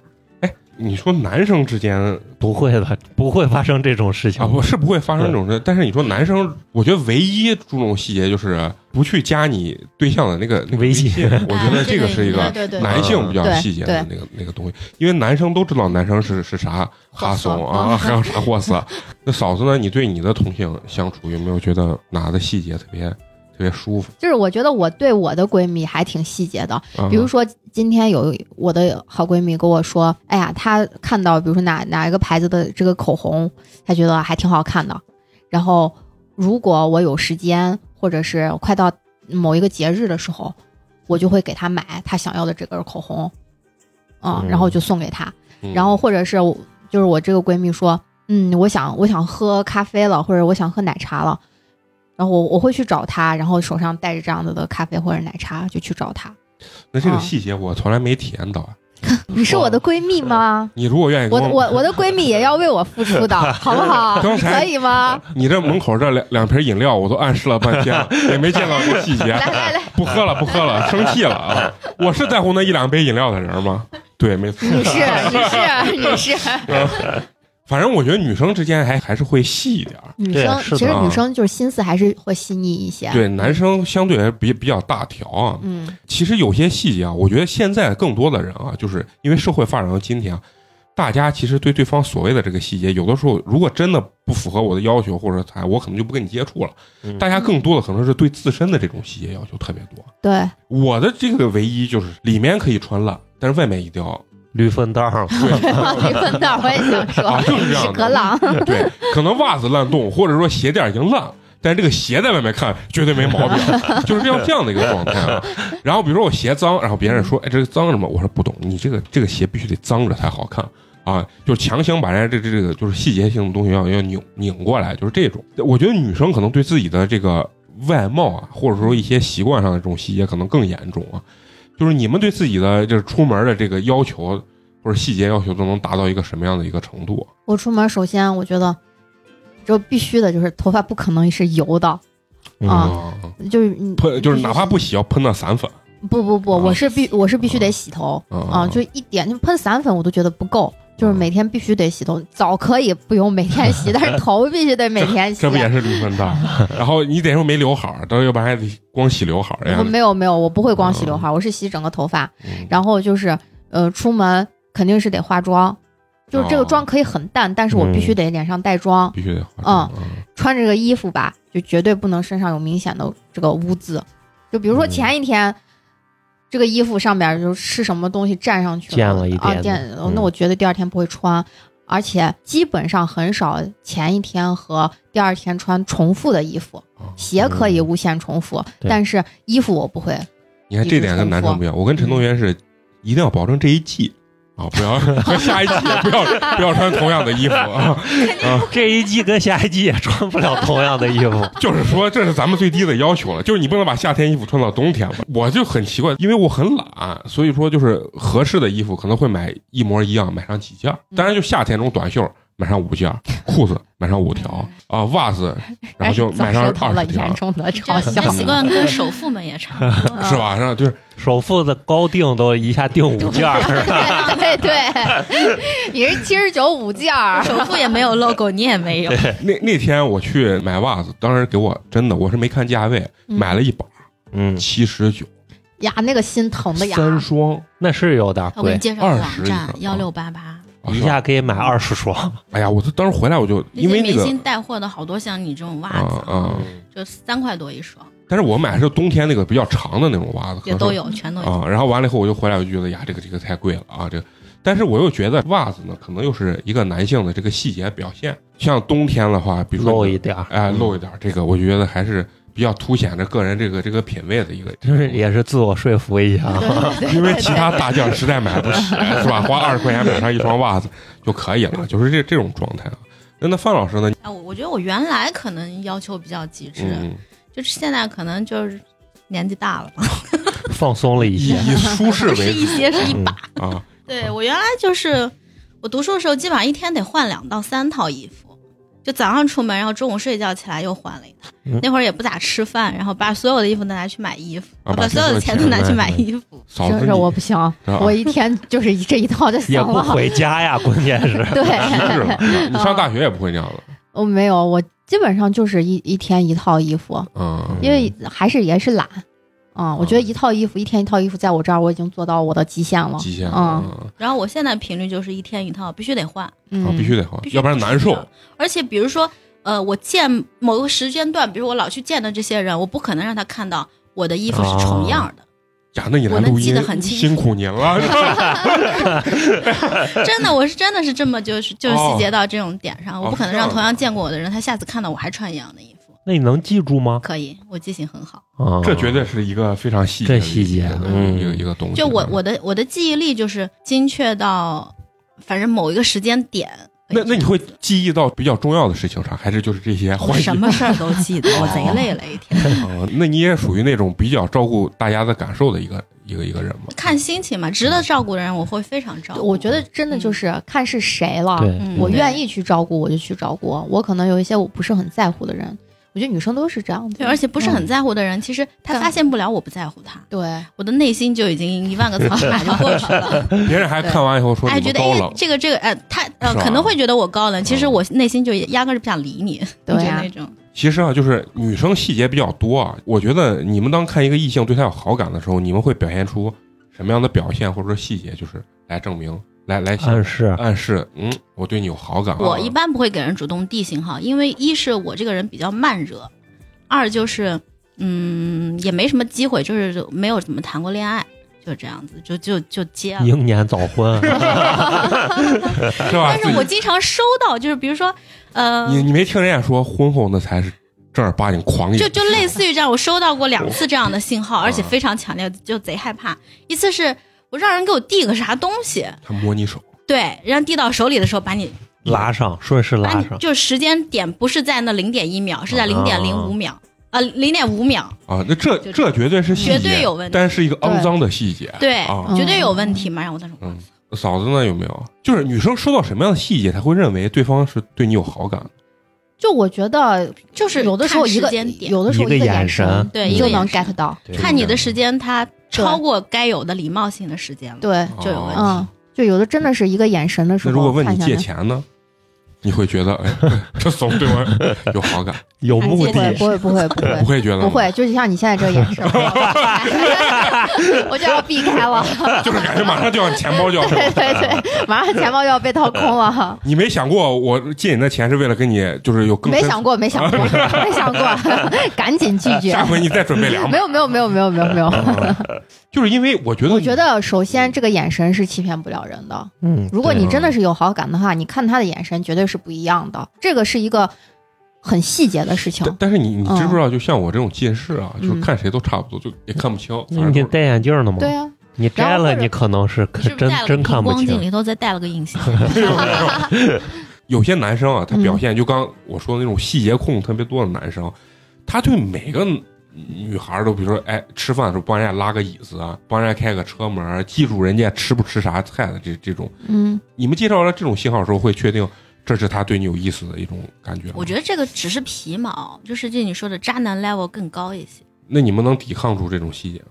Speaker 1: 你说男生之间
Speaker 4: 不会的，不会发生这种事情
Speaker 1: 啊，不是不会发生这种事，但是你说男生，我觉得唯一注重细节就是不去加你对象的那个那个
Speaker 4: 微信
Speaker 1: 我觉得
Speaker 3: 啊
Speaker 1: 这个是一
Speaker 3: 对
Speaker 1: 个
Speaker 2: 对对
Speaker 1: 男性比较
Speaker 2: 对
Speaker 1: 细节的那个那个东西，因为男生都知道男生是是啥哈怂啊，还有啥货 色。那嫂子呢？你对你的同性相处有没有觉得哪的细节特别特别舒服？
Speaker 2: 就是我觉得我对我的闺蜜还挺细节的。
Speaker 1: 啊
Speaker 2: 比如说今天有我的好闺蜜跟我说，哎呀，她看到比如说哪哪一个牌子的这个口红，她觉得还挺好看的。然后如果我有时间，或者是快到某一个节日的时候，我就会给她买她想要的这根口红，嗯，
Speaker 4: 嗯
Speaker 2: 然后就送给她。
Speaker 1: 嗯，
Speaker 2: 然后或者是我就是我这个闺蜜说，嗯，我想我想喝咖啡了，或者我想喝奶茶了，然后我我会去找她，然后手上带着这样子的咖啡或者奶茶就去找她。
Speaker 1: 那这个
Speaker 2: 啊
Speaker 1: 细节我从来没体验到啊。
Speaker 2: 你是我的闺蜜吗？
Speaker 1: 你如果愿意跟
Speaker 2: 我的我我的闺蜜也要为我付出的，好不好？
Speaker 1: 刚
Speaker 2: 你
Speaker 1: 才
Speaker 2: 可以吗？
Speaker 1: 你这门口这两两瓶饮料我都暗示了半 天了，也没见到这细节。
Speaker 2: 来来来，
Speaker 1: 不喝了，不喝了，生气了啊！我是在乎那一两杯饮料的人吗？对，没错。
Speaker 2: 你是 你是你是
Speaker 1: 反正我觉得女生之间还还是会细一点儿，
Speaker 2: 女
Speaker 4: 对
Speaker 2: 生，
Speaker 4: 是的
Speaker 2: 其实
Speaker 1: 啊
Speaker 2: 女生就是心思还是会细腻一些。
Speaker 1: 对，男生相对还比比较大条啊。
Speaker 2: 嗯，
Speaker 1: 其实有些细节啊，我觉得现在更多的人啊，就是因为社会发展到今天啊，大家其实对对方所谓的这个细节，有的时候如果真的不符合我的要求或者啥，我可能就不跟你接触了。
Speaker 4: 嗯
Speaker 1: 大家更多的可能是对自身的这种细节要求特别多。
Speaker 2: 对，
Speaker 1: 我的这个唯一就是里面可以穿烂，但是外面一定要
Speaker 4: 驴粪蛋儿，
Speaker 2: 没问到，我也想
Speaker 1: 啊，就
Speaker 2: 说，
Speaker 1: 是这样
Speaker 2: 屎
Speaker 1: 的。
Speaker 2: 壳郎。
Speaker 1: 对，可能袜子烂洞，或者说鞋垫已经烂，但是这个鞋在外面看绝对没毛病， 就是这样这样的一个状态啊。然后比如说我鞋脏，然后别人说，哎，这个脏什么？我说不懂，你这个这个鞋必须得脏着才好看。啊，就强行把人家这这个就是细节性的东西要要拧拧过来，就是这种。我觉得女生可能对自己的这个外貌啊，或者说一些习惯上的这种细节可能更严重啊。就是你们对自己的就是出门的这个要求或者细节要求都能达到一个什么样的一个程度啊？
Speaker 2: 我出门首先我觉得，就必须的就是头发 不可能是油的，啊
Speaker 1: 啊
Speaker 2: 就是你
Speaker 1: 喷就是哪怕不洗要喷到散粉，
Speaker 2: 不不不，
Speaker 1: 啊
Speaker 2: 我是必我是必须得洗头
Speaker 1: 啊啊
Speaker 2: 啊，就一点就喷散粉我都觉得不够，就是每天必须得洗头。澡可以不用每天洗，但是头必须得每天洗
Speaker 1: 这。
Speaker 2: 啊
Speaker 1: 不也是驴粪蛋儿？然后你得说没留好儿，到要不然还得光洗刘海儿
Speaker 2: 我
Speaker 1: 呀。
Speaker 2: 没有没有，我不会光洗刘海，我是洗整个头发。
Speaker 1: 嗯
Speaker 2: 然后就是呃，出门肯定是得化妆，就是这个
Speaker 1: 哦
Speaker 2: 妆可以很淡，但是我必须得脸上带妆，
Speaker 1: 必须得化妆。嗯
Speaker 2: 穿这个衣服吧，就绝对不能身上有明显的这个污渍。就比如说
Speaker 4: 嗯
Speaker 2: 前一天，这个衣服上面就是什么东西沾上去了，
Speaker 4: 溅了一
Speaker 2: 啊
Speaker 4: 点
Speaker 2: 溅
Speaker 4: 子嗯
Speaker 2: 那我觉得第二天不会穿，而且基本上很少前一天和第二天穿重复的衣服。
Speaker 1: 啊
Speaker 2: 鞋可以无限重复，
Speaker 4: 对
Speaker 2: 但是衣服我不会。
Speaker 1: 你看这点跟男生不一样，我跟陈同学是一定要保证这一季啊，不要
Speaker 2: 嗯
Speaker 1: 和下一季也不要不要穿同样的衣服啊。
Speaker 4: 这一季跟下一季也穿不了同样的衣 服。
Speaker 1: 就是说，这是咱们最低的要求了，就是你不能把夏天衣服穿到冬天吧？我就很奇怪，因为我很懒，所以说就是合适的衣服可能会买一模一样，买上几件儿。当然，就夏天这种短袖买上五件儿，裤子买上五条啊、袜子，然后就买上
Speaker 2: 早舌头
Speaker 1: 二
Speaker 2: 了，
Speaker 1: 十条
Speaker 2: 严，重的
Speaker 3: 这
Speaker 2: 嘲
Speaker 3: 这
Speaker 2: 笑。
Speaker 3: 习惯
Speaker 1: 啊
Speaker 3: 跟首富们也差不多。
Speaker 1: 是吧？然后就是
Speaker 4: 首付的高定都一下定五件儿， 是吧
Speaker 2: 对对对，你是七十九五 件儿，
Speaker 3: 首富也没有 logo，你也没有，
Speaker 1: 那那天我去买袜子，当时给我真的我是没看价位，
Speaker 2: 嗯
Speaker 1: 买了一把
Speaker 4: 嗯，
Speaker 1: 七十九，
Speaker 2: 呀，那个心疼的呀。
Speaker 1: 三双
Speaker 4: 那是有点
Speaker 3: 我给
Speaker 4: 贵
Speaker 3: 你，介绍个
Speaker 1: 20
Speaker 3: 网站
Speaker 1: 一个
Speaker 3: 幺
Speaker 1: 啊
Speaker 3: 六八八，
Speaker 1: 啊
Speaker 4: 一
Speaker 1: 是吧
Speaker 4: 下可以买二十双。
Speaker 1: 哎呀，我就当时回来我就因为那
Speaker 3: 明
Speaker 1: 个
Speaker 3: 星带货的好多像你这种袜
Speaker 1: 啊
Speaker 3: 子，
Speaker 1: 啊，
Speaker 3: 就三块多一双，
Speaker 1: 但是我买的是冬天那个比较长的那种袜子，可
Speaker 3: 也
Speaker 1: 能
Speaker 3: 都有，全都有。
Speaker 1: 啊。然后完了以后，我就回来，我就觉得呀，这个这个太贵了啊，这个。但是我又觉得袜子呢，可能又是一个男性的这个细节表现。像冬天的话，
Speaker 2: 嗯
Speaker 1: 比如说
Speaker 4: 露
Speaker 1: 你
Speaker 4: 一点儿，嗯
Speaker 1: 哎露一点儿，这个我觉得还是比较凸显着个人这个这个品味的一个。
Speaker 4: 就是也是自我说服一下
Speaker 2: 嗯
Speaker 4: 啊。
Speaker 1: 因为其他大件实在买 不起，是吧？花二十块钱买上一双袜子就可以了，就是这这种状态啊。那那范老师呢？
Speaker 3: 哎，我我觉得我原来可能要求比较极致，
Speaker 1: 嗯，
Speaker 3: 就是啊现在可能就是年纪大了 嘛，
Speaker 4: 放松了一
Speaker 1: 以
Speaker 4: 些。
Speaker 1: 以舒适
Speaker 3: 不是
Speaker 1: 为
Speaker 3: 一
Speaker 1: 主
Speaker 3: 些是一
Speaker 4: 嗯
Speaker 3: 把。
Speaker 1: 啊。
Speaker 3: 对我原来就是我读书的时候，基本上一天得换两到三套衣服，就早上出门，然后中午睡觉起来又换了一套。
Speaker 4: 嗯
Speaker 3: 那会儿也不咋吃饭，然后把所有的衣服都拿去买衣服，
Speaker 1: 啊把
Speaker 3: 把所有的钱都拿去买衣服。
Speaker 1: 嫂
Speaker 2: 真
Speaker 1: 子，
Speaker 2: 是
Speaker 1: 哦你
Speaker 2: 我不行，
Speaker 1: 啊
Speaker 2: 我一天就是一这一套就行
Speaker 4: 也不
Speaker 2: 了。
Speaker 4: 回 家呀，关键是
Speaker 1: 停滞了
Speaker 2: 对，，
Speaker 1: 你上大学也不会这样了。
Speaker 2: 我没有，我基本上就是一一天一套衣服，
Speaker 1: 嗯，
Speaker 2: 因为还是也是懒。嗯，我觉得一套衣服一天一套衣服，在我这儿我已经做到我的极限了。
Speaker 1: 极限
Speaker 2: 嗯
Speaker 1: 啊，
Speaker 3: 然后我现在频率就是一天一套，必须得换，
Speaker 1: 啊
Speaker 2: 嗯，
Speaker 1: 必须得换
Speaker 3: 必，须
Speaker 1: 要不然难受
Speaker 3: 得换。而且比如说，呃，我见某个时间段，比如我老去见的这些人，我不可能让他看到我的衣服是重样的，
Speaker 1: 呀，那你来
Speaker 3: 我能
Speaker 1: 录
Speaker 3: 记
Speaker 1: 音
Speaker 3: 得很清楚
Speaker 1: 辛苦您 了。是
Speaker 4: 哦
Speaker 1: 吧啊
Speaker 3: 真的，我是真的是这么就是就是细节到这种点上，我不可能让
Speaker 1: 这样
Speaker 3: 同样见过我的人，他下次看到我还穿一样的衣服。
Speaker 4: 那你能记住吗？
Speaker 3: 可以，我记性很好。
Speaker 4: 啊，
Speaker 1: 这绝对是一个非常细节
Speaker 4: 这
Speaker 1: 的
Speaker 4: 细节
Speaker 1: 一个
Speaker 4: 嗯
Speaker 1: 一个一个东西。啊
Speaker 3: 就我我的我的记忆力就是精确到，反正某一个时间点。哎
Speaker 1: 那那你会记忆到比较重要的事情上，还是就是这些
Speaker 3: 我
Speaker 1: 欢喜
Speaker 3: 什么事儿都记得，我
Speaker 1: 哦
Speaker 3: 贼累了一天。
Speaker 1: 啊，那你也属于那种比较照顾大家的感受的一个一个一个人吗？
Speaker 3: 看心情嘛，值得照顾的人我会非常照顾。
Speaker 2: 我觉得真的就是看是谁了。
Speaker 4: 对
Speaker 2: 啊
Speaker 3: 嗯，
Speaker 2: 我
Speaker 3: 对
Speaker 2: 愿意去照顾我就去照顾，我可能有一些我不是很在乎的人，我觉得女生都是这样的。
Speaker 3: 对，而且不是很在乎的人，其实他
Speaker 2: 干
Speaker 3: 发现不了我不在乎他，
Speaker 2: 对，
Speaker 3: 我的内心就已经一万个草稿就过去了。
Speaker 1: 别人还看完以后说
Speaker 3: 哎，
Speaker 1: 你
Speaker 3: 觉
Speaker 1: 们
Speaker 3: 得
Speaker 1: 高
Speaker 3: 哎
Speaker 1: 冷，嗯
Speaker 3: 这个这个哎，他呃
Speaker 1: 是吧
Speaker 3: 可能会觉得我高冷，其实我内心就压根儿就不想理你，
Speaker 2: 对
Speaker 3: 就
Speaker 2: 呀
Speaker 3: 那种。
Speaker 1: 其实啊，就是女生细节比较多啊。我觉得你们当看一个异性对她有好感的时候，你们会表现出什么样的表现或者说细节，就是来证明，来来想
Speaker 4: 暗示
Speaker 1: 暗示，嗯，我对你有好感啊。
Speaker 3: 我一般不会给人主动递信号，因为一是我这个人比较慢热，二就是嗯也没什么机会，就是没有怎么谈过恋爱，就这样子，就就就接
Speaker 2: 嗯
Speaker 3: 了。
Speaker 4: 英年早 婚，
Speaker 1: 是吧？
Speaker 3: 但是我经常收到，就是比如说，呃，
Speaker 1: 你你没听人家说婚后那才是正儿八经狂野，
Speaker 3: 就就类似于这样，我收到过
Speaker 4: 哦
Speaker 3: 两次这样的信号，而
Speaker 4: 啊
Speaker 3: 且非常强烈，就贼害怕。一次是我让人给我递个啥东西，
Speaker 1: 他摸你手，
Speaker 3: 对，人家递到手里的时候把你
Speaker 4: 拉上顺势
Speaker 3: 把
Speaker 4: 拉
Speaker 3: 你
Speaker 4: 上，
Speaker 3: 就时间点不是在那零点一秒，是在零点零五秒，啊，零点五秒，
Speaker 1: 啊，那这
Speaker 3: 就这
Speaker 1: 这绝对是细节，
Speaker 3: 绝对有问题
Speaker 1: 但是一个肮脏的细节。
Speaker 3: 对，
Speaker 1: 啊，
Speaker 3: 绝对有问题嘛。然后我当时
Speaker 1: 嗯，嫂子呢有没有？就是女生收到什么样的细节，才会认为对方是对你有好感？
Speaker 2: 就我觉得
Speaker 3: 就是
Speaker 2: 有的时候
Speaker 3: 看
Speaker 2: 一个
Speaker 3: 时间点
Speaker 2: 有的时候
Speaker 4: 一个眼
Speaker 2: 眼
Speaker 4: 神
Speaker 3: 对
Speaker 2: 你
Speaker 3: 一
Speaker 2: 就
Speaker 3: 个
Speaker 2: 能
Speaker 3: 眼神
Speaker 2: get 到，
Speaker 4: 对
Speaker 3: 看你的时间，它超过该有的礼貌性的时间了。
Speaker 2: 对，
Speaker 3: 就有问题
Speaker 2: 嗯，就有的真的是一个眼神的时
Speaker 1: 啊那
Speaker 2: 候，
Speaker 1: 如果问你
Speaker 2: 看下
Speaker 1: 借
Speaker 2: 来
Speaker 1: 钱呢，你会觉得哎， 这怂对我有好 感，
Speaker 4: 有目
Speaker 3: 借
Speaker 4: 的
Speaker 3: 钱
Speaker 2: 不会不 会
Speaker 1: 不
Speaker 2: 不会不会
Speaker 1: 会觉得吗
Speaker 2: 不会，就是像你现在这个眼神， 我就要避开了，
Speaker 1: 就是感觉马上就要钱包就要
Speaker 2: 对对对，马上钱包就要被掏空了，
Speaker 1: 你没想过我借你的钱是为了跟你就是有更
Speaker 2: 没
Speaker 1: 深
Speaker 2: 想过没 想过没想过， 赶紧拒绝
Speaker 1: 下，回你再准备两嗯
Speaker 2: 没
Speaker 1: 百。
Speaker 2: 有没有没有没有没有没有，
Speaker 1: 就是因为我觉得，
Speaker 2: 我觉得首先这个眼神是欺骗不了人的，
Speaker 4: 嗯，
Speaker 2: 如果
Speaker 4: 对
Speaker 2: 你真的是有好感的话，你看他的眼神绝对是不一样的，这个是一个很细节的事情
Speaker 1: 但，但是你你
Speaker 2: 嗯
Speaker 1: 知不知道，就像我这种近视啊，就是
Speaker 2: 嗯
Speaker 1: 看谁都差不多，就也看不清。反
Speaker 4: 嗯你
Speaker 1: 正
Speaker 4: 你
Speaker 1: 就是
Speaker 4: 戴眼镜了吗？
Speaker 2: 对啊，
Speaker 4: 你摘
Speaker 2: 然后或
Speaker 4: 了，
Speaker 2: 者
Speaker 4: 你可能是可
Speaker 3: 是不是
Speaker 4: 真
Speaker 3: 带了个
Speaker 4: 真看
Speaker 3: 平
Speaker 4: 不
Speaker 3: 光镜
Speaker 4: 清。
Speaker 3: 里头再带了个 隐形？
Speaker 1: 啊有些男生啊，他表现就刚我说的那种细节控特别多的男生，他对每个女孩儿都，比如说，哎，吃饭的时候帮人家拉个椅子啊，帮人家开个车门儿，记住人家吃不吃啥菜的这这种，
Speaker 2: 嗯，
Speaker 1: 你们接到了这种信号的时候，会确定这是他对你有意思的一种感觉吗。
Speaker 3: 我觉得这个只是皮毛，就是这你说的渣男 level 更高一些。
Speaker 1: 那你们能抵抗住这种细节吗？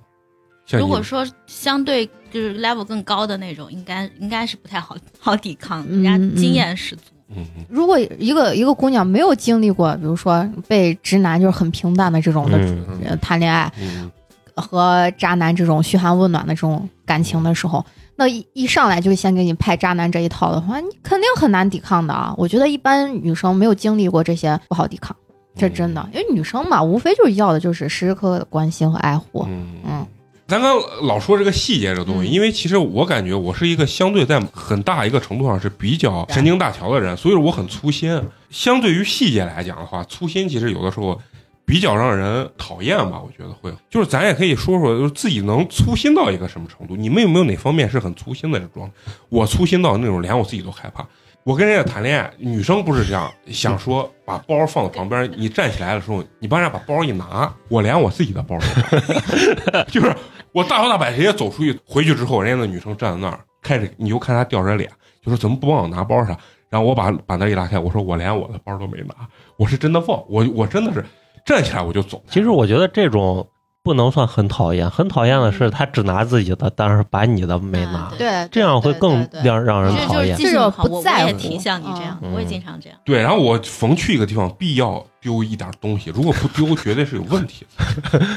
Speaker 1: 像你
Speaker 3: 如果说相对就是 level 更高的那种，应该应该是不太好好抵抗，
Speaker 2: 嗯
Speaker 3: 人家经验十足。
Speaker 1: 嗯，嗯
Speaker 2: 如果一个一个姑娘没有经历过，比如说被直男就是很平淡的这种的、
Speaker 4: 嗯
Speaker 1: 嗯
Speaker 2: 呃谈恋爱，
Speaker 1: 嗯，
Speaker 2: 和渣男这种嘘寒问暖的这种感情的时候，那一一上来就先给你拍渣男这一套的话，你肯定很难抵抗的啊！我觉得一般女生没有经历过这些不好抵抗，这是真的，
Speaker 1: 嗯
Speaker 2: 因为女生嘛，无非就是要的就是时时刻刻的关心和爱护。
Speaker 1: 嗯
Speaker 2: 嗯，
Speaker 1: 咱刚老说这个细节这东西，
Speaker 2: 嗯
Speaker 1: 因为其实我感觉我是一个相对在很大一个程度上是比较神经大条的人，所以我很粗心。相对于细节来讲的话，粗心其实有的时候比较让人讨厌吧，我觉得会。就是咱也可以说说，就是自己能粗心到一个什么程度？你们有没有哪方面是很粗心的这种？我粗心到那种连我自己都害怕。我跟人家谈恋爱，女生不是这样，想说把包放在旁边，你站起来的时候，你帮人家把包一拿，我连我自己的包都不拿 就是我大摇大摆直接走出去，回去之后，人家那女生站在那儿，开始你就看她吊着脸，就说怎么不帮我拿包啥？然后我把把那一拉开，我说我连我的包都没拿，我是真的忘， 我我真的是站起来我就走。
Speaker 4: 其实我觉得这种不能算很讨厌，很讨厌的是他只拿自己的，但是把你的没拿，
Speaker 3: 啊
Speaker 2: 嗯对，
Speaker 4: 这样会更让让人
Speaker 3: 这
Speaker 4: 讨
Speaker 3: 就是
Speaker 4: 厌。
Speaker 3: 记性
Speaker 2: 这
Speaker 3: 好，
Speaker 2: 种
Speaker 3: 我
Speaker 2: 不在乎哦
Speaker 3: 我也挺像你这样，
Speaker 4: 嗯
Speaker 3: 我也经常这样。
Speaker 1: 对，然后我逢去一个地方，必要丢一点东西，如果不丢，绝对是有问题。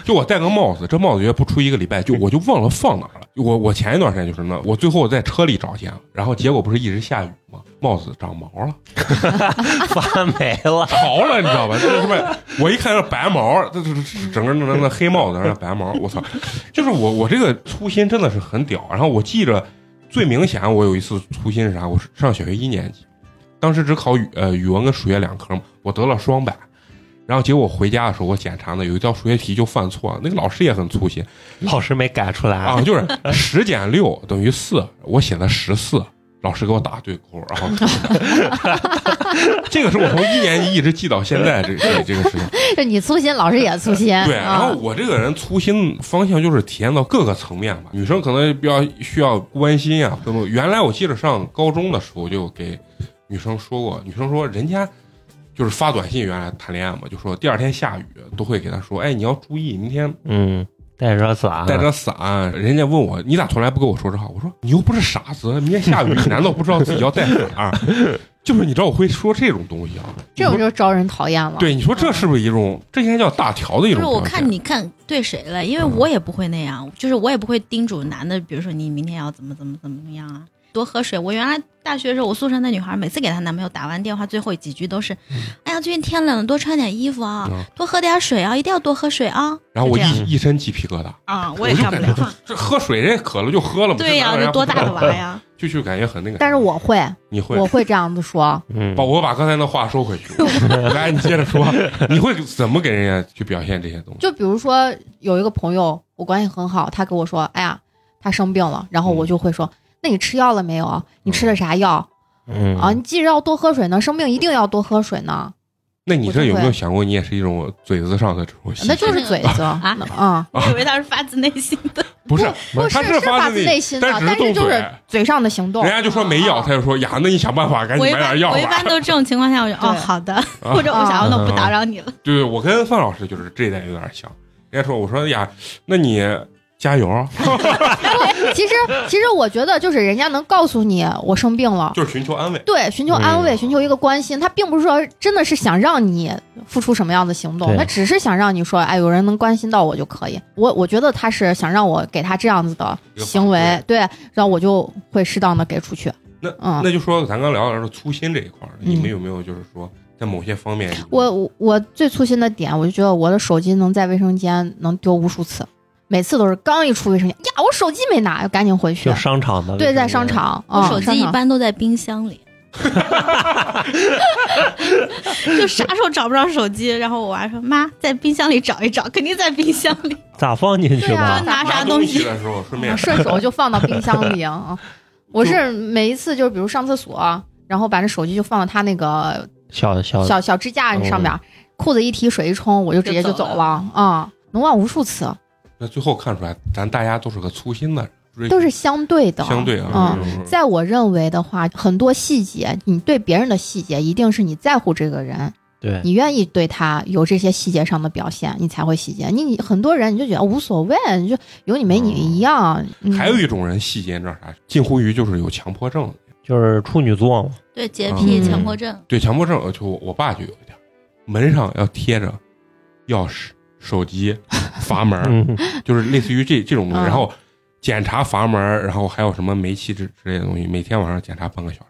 Speaker 1: 就我戴个帽子，这帽子绝对不出一个礼拜，就我就忘了放哪儿了。我我前一段时间就是那，我最后我在车里找见了，然后结果不是一直下雨吗？帽子长毛了，
Speaker 4: 发霉了，
Speaker 1: 潮了，你知道吧？这他妈，我一看这白毛，这这这整个那那黑帽子，那白毛，我操！就是我我这个粗心真的是很屌。然后我记着最明显，我有一次粗心是啥？我是上小学一年级，当时只考语呃语文跟数学两科嘛，我得了双百。然后结果回家的时候，我检查呢，有一道数学题就犯错了，那个老师也很粗心
Speaker 4: 老师没改出来
Speaker 1: 啊，。 就是十减六等于四，我写的十四，老师给我打对勾，然后 这个是我从一年级一直记到现在，这这这个事情。
Speaker 2: 就你粗心，老师也粗心。
Speaker 1: 对，
Speaker 2: 啊
Speaker 1: 然后我这个人粗心方向就是体验到各个层面吧。女生可能比较需要关心啊，各种。原来我记得上高中的时候就给女生说过，女生说人家就是发短信，原来谈恋爱嘛，就说第二天下雨都会给她说，哎，你要注意，明天
Speaker 4: 嗯，带着伞，
Speaker 1: 带着伞。人家问我，你咋从来不跟我说这话？我说你又不是傻子，明天下雨，你难道不知道自己要带伞儿？ 就是你知道我会说这种东西啊，
Speaker 2: 这种就招人讨厌了。
Speaker 1: 对你说这是不是一种？这应该叫大条的一
Speaker 3: 就
Speaker 1: 种嗯
Speaker 3: 是
Speaker 1: 表现。
Speaker 3: 我看你看对谁了，因为我也不会那样，就是我也不会叮嘱男的，比如说你明天要怎么怎么怎么样啊，多喝水。我原来大学的时候，我宿舍那女孩每次给她男朋友打完电话，最后几句都是：“哎呀，最近天冷了，多穿点衣服啊
Speaker 1: 嗯，
Speaker 3: 多喝点水啊，一定要多喝水啊。”
Speaker 1: 然后我
Speaker 3: 就这样
Speaker 1: 一一身鸡皮疙瘩。
Speaker 3: 啊，
Speaker 1: 我
Speaker 3: 我也
Speaker 1: 就
Speaker 3: 干不
Speaker 1: 感觉
Speaker 3: 了。
Speaker 1: 就是这喝水人家渴了就喝了嘛，
Speaker 3: 对呀、
Speaker 1: 这
Speaker 3: 这多大
Speaker 1: 的
Speaker 3: 个娃 呀！
Speaker 1: 就就感觉很那个。
Speaker 2: 但是我会，
Speaker 1: 你会
Speaker 2: 我会这样子说，
Speaker 4: 嗯
Speaker 1: 把，我把刚才那话收回去，来你接着说，你会怎么给人家去表现这些东西？
Speaker 2: 就比如说有一个朋友，我关系很好，他跟我说：“哎呀，他生病了。”然后我就会说：“那你吃药了没有啊？你吃的啥药
Speaker 4: 嗯
Speaker 2: 啊？你记着要多喝水呢，生病一定要多喝水呢。”
Speaker 1: 那你
Speaker 2: 我
Speaker 1: 这
Speaker 2: 就
Speaker 1: 有没
Speaker 2: 会
Speaker 1: 有想过，你也是一种嘴子上的这种戏？
Speaker 2: 那就是嘴子啊，嗯，
Speaker 3: 我以为他是发自内心的，
Speaker 1: 不是，
Speaker 2: 不
Speaker 1: 他
Speaker 2: 是
Speaker 1: 是
Speaker 2: 发
Speaker 1: 自
Speaker 2: 自内心的，
Speaker 1: 但
Speaker 2: 但
Speaker 1: 是
Speaker 2: 是
Speaker 1: 动
Speaker 2: 就
Speaker 1: 嘴
Speaker 2: 是嘴上的行动
Speaker 1: 人。家就说没药，
Speaker 2: 啊
Speaker 1: 他就说呀，哎那你想办法赶
Speaker 3: 我
Speaker 1: 紧
Speaker 3: 一
Speaker 1: 买
Speaker 3: 般
Speaker 1: 点药
Speaker 3: 我一
Speaker 1: 吧啊
Speaker 3: 般。都这种情况下，我就哦
Speaker 2: 对
Speaker 3: 好的，或者我想要那我不打扰你了。
Speaker 1: 对，我跟范老师就是这一点有点像。人家说，我说呀，那你加油啊，
Speaker 2: 其实其实我觉得就是人家能告诉你我生病了，
Speaker 1: 就是寻求安慰。
Speaker 2: 对，寻求安慰，
Speaker 1: 嗯
Speaker 2: 寻求一个关心，他并不是说真的是想让你付出什么样的行动，
Speaker 4: 对
Speaker 2: 他只是想让你说，哎，有人能关心到我就可以。我我觉得他是想让我给他这样子的
Speaker 1: 一个反
Speaker 2: 行为，对，然后我就会适当的给出去。
Speaker 1: 那
Speaker 2: 嗯
Speaker 1: 那就说咱刚聊的是粗心这一块儿，
Speaker 2: 嗯
Speaker 1: 你们有没有就是说在某些方面，
Speaker 2: 我我我最粗心的点，我就觉得我的手机能在卫生间能丢无数次，每次都是刚一出卫生间，呀，我手机没拿，赶紧回去
Speaker 4: 就。商场的，
Speaker 2: 对，在商。场，
Speaker 3: 我
Speaker 2: 嗯
Speaker 3: 手
Speaker 2: 商
Speaker 3: 机一
Speaker 2: 场
Speaker 3: 般都在冰箱 里，就啥时候找不着手机，然后我娃说妈在冰箱里找一找，肯定在冰箱 里。
Speaker 4: 咋放进去
Speaker 2: 对啊
Speaker 4: 吧？
Speaker 3: 拿啥
Speaker 1: 东
Speaker 3: 东
Speaker 1: 西
Speaker 3: 西
Speaker 1: 的时候顺便
Speaker 2: 我啊顺手就放到冰箱里 啊。我是每一次就是比如上厕所，然后把这手机就放到他那个
Speaker 4: 小小
Speaker 2: 小小支架
Speaker 1: 哦
Speaker 2: 上面，裤子一提水一冲，我就直接就走
Speaker 3: 就走
Speaker 2: 了啊、能忘无数次，
Speaker 1: 那最后看出来，咱大家都是个粗心的人，
Speaker 2: 都是相对的，
Speaker 1: 相对啊
Speaker 2: 嗯。，
Speaker 1: 就是
Speaker 2: 在我认为的话，很多细节，你对别人的细节，一定是你在乎这个人，
Speaker 4: 对
Speaker 2: 你愿意对他有这些细节上的表现，你才会细节。你你很多人你就觉得无所谓，你就有你没你一样。嗯
Speaker 1: 哦还有一种人细节，你知道啥？近乎于就是有强迫症，
Speaker 4: 就是处女座嘛，
Speaker 3: 对，洁癖、
Speaker 2: 嗯
Speaker 3: 强迫症，
Speaker 1: 对强迫症，呃就我我爸就有一点儿，门上要贴着钥匙、手机、阀门儿，
Speaker 4: 嗯，
Speaker 1: 就是类似于这这种东西。
Speaker 2: 嗯
Speaker 1: 然后检查阀门儿，然后还有什么煤气之之类的东西，每天晚上检查半个小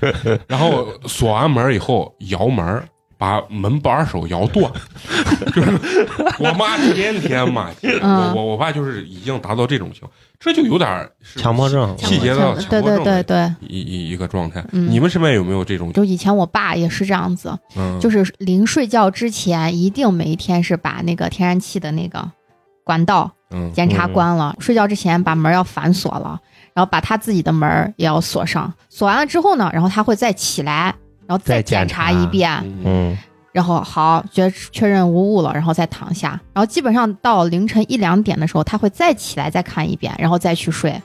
Speaker 1: 时。 然后锁完门儿以后摇门儿，把门把手摇断。 就是我妈天天骂街，我
Speaker 2: 嗯
Speaker 1: 我我爸就是已经达到这种情况，这就有点儿是
Speaker 4: 强迫症。
Speaker 1: 细节到强迫
Speaker 2: 对对
Speaker 1: 症
Speaker 2: 对
Speaker 1: 的
Speaker 2: 对，
Speaker 1: 一一一个状态。
Speaker 2: 嗯
Speaker 1: 你们身边有没有这种？
Speaker 2: 就以前我爸也是这样子，
Speaker 1: 嗯，
Speaker 2: 就是临睡觉之前，一定每一天是把那个天然气的那个管道
Speaker 1: 嗯
Speaker 2: 检查关了，睡觉之前把门要反锁了，然后把他自己的门儿也要锁上。锁完了之后呢，然后他会再起来，然后
Speaker 4: 再检
Speaker 2: 检查
Speaker 4: 查
Speaker 2: 一遍，
Speaker 1: 嗯
Speaker 4: 嗯，
Speaker 2: 然后好觉得确认无误了，然后再躺下。然后基本上到凌晨一两点的时候，他会再起来再看一遍，然后再去睡，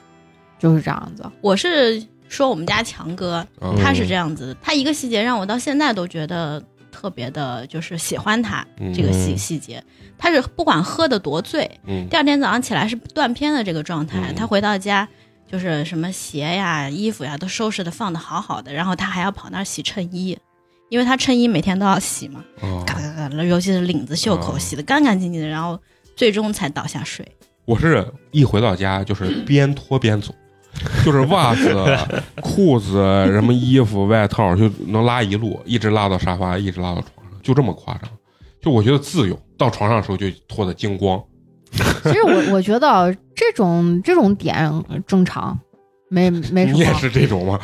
Speaker 2: 就是这样子。
Speaker 3: 我是说我们家强哥，
Speaker 1: 嗯
Speaker 3: 他是这样子，他一个细节让我到现在都觉得特别的，就是喜欢他
Speaker 1: 嗯
Speaker 3: 这个细
Speaker 4: 嗯
Speaker 3: 细节。他是不管喝的多醉，
Speaker 1: 嗯
Speaker 3: 第二天早上起来是断片的这个状态。
Speaker 1: 嗯
Speaker 3: 他回到家就是什么鞋呀、衣服呀都收拾的放的好好的，然后他还要跑那儿洗衬衣，因为他衬衣每天都要洗嘛，
Speaker 1: 哦
Speaker 3: 嘎嘎嘎的，尤其是领子、袖
Speaker 1: 哦
Speaker 3: 口洗的干干净净的，然后最终才倒下睡。
Speaker 1: 我是一回到家就是边脱边走，就是袜子、裤子、什么衣服、外套就能拉一路，一直拉到沙发，一直拉到床上，就这么夸张。就我觉得自由，到床上的时候就脱的精光。
Speaker 2: 其实我我觉得这种这种点正常，没没
Speaker 1: 你
Speaker 2: 什么
Speaker 1: 也。是这种吗？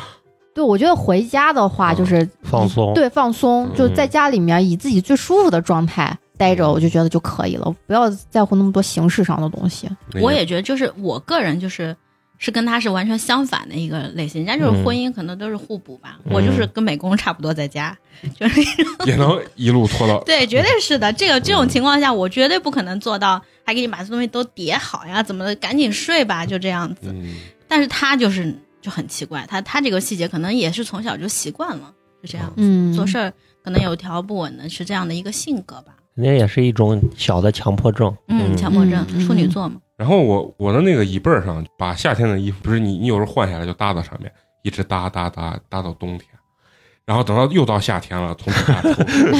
Speaker 2: 对，我觉得回家的话
Speaker 1: 嗯
Speaker 2: 就是
Speaker 4: 放松
Speaker 2: 对放松，
Speaker 1: 嗯
Speaker 2: 就在家里面以自己最舒服的状态待着，我就觉得就可以了，不要在乎那么多形式上的东西。
Speaker 3: 我也觉得，就是我个人就是是跟他是完全相反的一个类型，人家
Speaker 1: 嗯
Speaker 3: 就是婚姻可能都是互补吧，
Speaker 4: 嗯
Speaker 3: 我就是跟美工差不多，在家就是那种
Speaker 1: 也能一路脱到
Speaker 3: 对，绝对是的。这个这种情况下，我绝对不可能做到还给你把东西都叠好呀，怎么的，赶紧睡吧，就这样子。
Speaker 1: 嗯，
Speaker 3: 但是他就是就很奇怪，他他这个细节可能也是从小就习惯了，就这样子，
Speaker 2: 嗯，
Speaker 3: 做事儿可能有条不紊的，是这样的一个性格吧。
Speaker 4: 那也是一种小的强迫症。
Speaker 3: 嗯，强迫症，
Speaker 2: 嗯
Speaker 3: 处女座嘛。
Speaker 1: 然后我我的那个椅背儿上，把夏天的衣服，不是你你有时候换下来就搭到上面，一直搭搭搭搭到冬天，然后等到又到夏天了，从底下抽，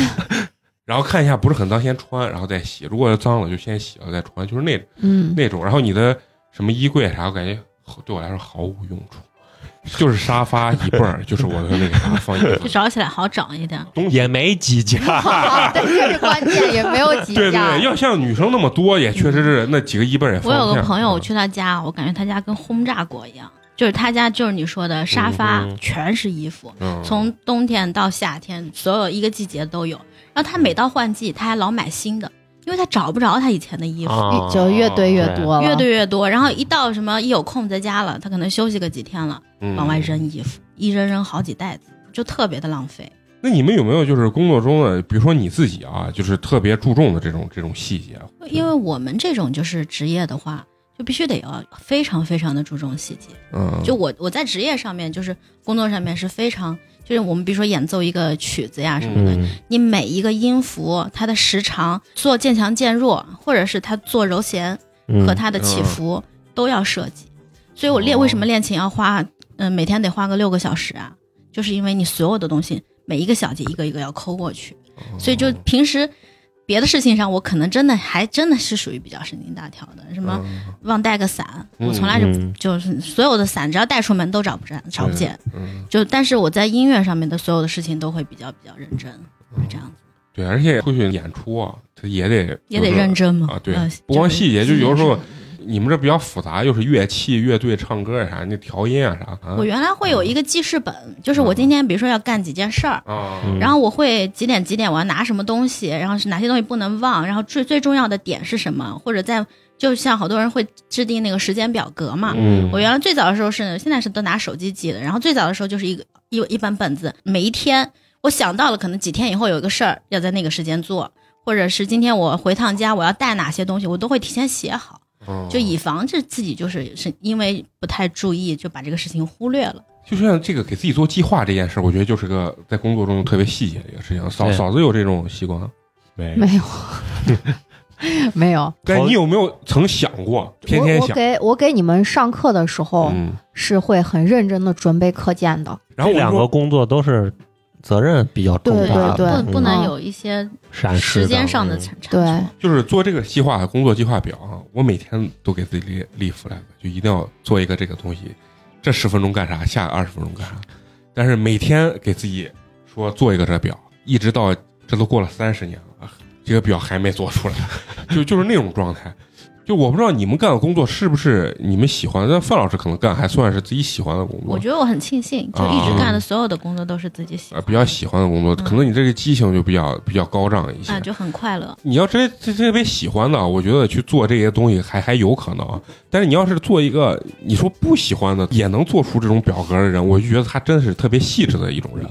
Speaker 1: 然后看一下不是很脏，先穿，然后再洗。如果脏了就先洗了再穿，就是那
Speaker 2: 嗯，
Speaker 1: 那种。然后你的什么衣柜啥，我感觉对我来说毫无用处，就是沙发椅背儿，就是我的那个啥放衣
Speaker 3: 就
Speaker 1: 服。
Speaker 3: 找起来好找一点，
Speaker 1: 东西
Speaker 4: 也没几家，
Speaker 2: 啊对，这是关键，也没有几
Speaker 1: 对对
Speaker 2: 家
Speaker 1: 对，。要像女生那么多，也确实是那几个衣背儿也放
Speaker 3: 我
Speaker 1: 不下。
Speaker 3: 有个朋友，我
Speaker 1: 嗯
Speaker 3: 去他家，我感觉他家跟轰炸过一样，就是他家就是你说的沙发
Speaker 4: 嗯嗯
Speaker 3: 全是衣服，
Speaker 1: 嗯
Speaker 3: 从冬天到夏天，所有一个季节都有。然后他每到换季，他还老买新的，因为他找不着他以前的衣服。
Speaker 4: 啊
Speaker 2: 越嗯就越堆越多了，
Speaker 3: 越堆越多，然后一到什么一有空在家了，他
Speaker 1: 嗯
Speaker 3: 可能休息个几天了，往外，扔衣服，一扔扔好几袋子，就特别的浪费。
Speaker 1: 那你们有没有就是工作中的，比如说你自己啊，就是特别注重的这种这种细节？
Speaker 3: 因为我们这种就是职业的话，就必须得要非常非常的注重细节。
Speaker 1: 嗯，
Speaker 3: 就我我在职业上面，就是工作上面是非常，就是我们比如说演奏一个曲子呀什么的，
Speaker 4: 嗯
Speaker 3: 你每一个音符它的时长，做渐强渐弱，或者是它做揉弦
Speaker 4: 嗯
Speaker 3: 和它的起伏都要设计。所以我练
Speaker 1: 哦
Speaker 3: 为什么练琴要花，嗯、每天得花个六个小时啊，就是因为你所有的东西每一个小节一个一个要抠过去，
Speaker 4: 哦
Speaker 3: 所以就平时。别的事情上，我可能真的还真的是属于比较神经大条的，什么
Speaker 1: 嗯
Speaker 3: 忘带个伞，
Speaker 1: 嗯
Speaker 3: 我从来就
Speaker 4: 嗯
Speaker 3: 就是所有的伞，只要带出门都找不着，找不见。
Speaker 1: 嗯，
Speaker 3: 就但是我在音乐上面的所有的事情都会比较比较认真，
Speaker 4: 嗯
Speaker 3: 是这样子，
Speaker 1: 对，而且出去演出啊，他也得
Speaker 3: 也得认
Speaker 1: 真。
Speaker 3: 真嘛。
Speaker 1: 啊对
Speaker 3: 呃
Speaker 1: 不光细节就有时候
Speaker 3: 是
Speaker 1: 你们这比较复杂，又是乐器、乐队、唱歌呀啥，那调音啊啥。啊
Speaker 3: 我原来会有一个记事
Speaker 1: 嗯
Speaker 3: 本，就是我今天比如说要干几件事儿，
Speaker 1: 啊，
Speaker 4: 嗯
Speaker 3: 然后我会几点几点我要拿什么东西，然后是哪些东西不能忘，然后最最重要的点是什么，或者在就像好多人会制定那个时间表格嘛。
Speaker 4: 嗯
Speaker 3: 我原来最早的时候是，现在是都拿手机记的，然后最早的时候就是一个一一本本子，每一天我想到了，可能几天以后有一个事儿要在那个时间做，或者是今天我回趟家我要带哪些东西，我都会提前写好，
Speaker 2: 哦
Speaker 1: 嗯
Speaker 3: 就以防这自己就是是因为不太注意就把这个事情忽略了。
Speaker 1: 就像这个给自己做计划这件事儿，我觉得就是个在工作中特别细节的一个事情。嫂
Speaker 4: 对
Speaker 1: 嫂子有这种习惯，
Speaker 4: 没
Speaker 2: 没有，没有。
Speaker 1: 但你有没有曾想过， 天天
Speaker 2: 我我
Speaker 1: 想？
Speaker 2: 给我给你们上课的时候、
Speaker 1: 嗯，
Speaker 2: 是会很认真的准备课件的，
Speaker 1: 然后
Speaker 4: 这
Speaker 1: 我
Speaker 4: 两
Speaker 1: 就
Speaker 4: 个
Speaker 1: 说
Speaker 4: 工作都是责任比较重大的，
Speaker 2: 对
Speaker 3: 不不能
Speaker 2: 嗯
Speaker 3: 有一些
Speaker 4: 闪失
Speaker 3: 时间上的
Speaker 4: 嗯
Speaker 3: 产产
Speaker 2: 对
Speaker 3: 生。，
Speaker 1: 就是做这个计划、工作计划表啊，我每天都给自己立立 flag，就一定要做一个这个东西。这十分钟干啥？下二十分钟干啥？但是每天给自己说做一个这表，一直到这都过了三十年了，啊这个表还没做出来，就就是那种状态。就我不知道你们干的工作是不是你们喜欢，但范老师可能干还算是自己喜欢的工作。
Speaker 3: 我觉得我很庆幸，就
Speaker 2: 嗯
Speaker 3: 一直干的所有的工作都是自己喜
Speaker 1: 呃
Speaker 3: 欢，
Speaker 1: 比较喜欢的工作，
Speaker 3: 嗯
Speaker 1: 可能你这个激情就比较比较高涨一些。
Speaker 3: 啊，就很快乐。
Speaker 1: 你要真这特别喜欢的，我觉得去做这些东西还还有可能啊。但是你要是做一个你说不喜欢的，也能做出这种表格的人，我就觉得他真是特别细致的一种人。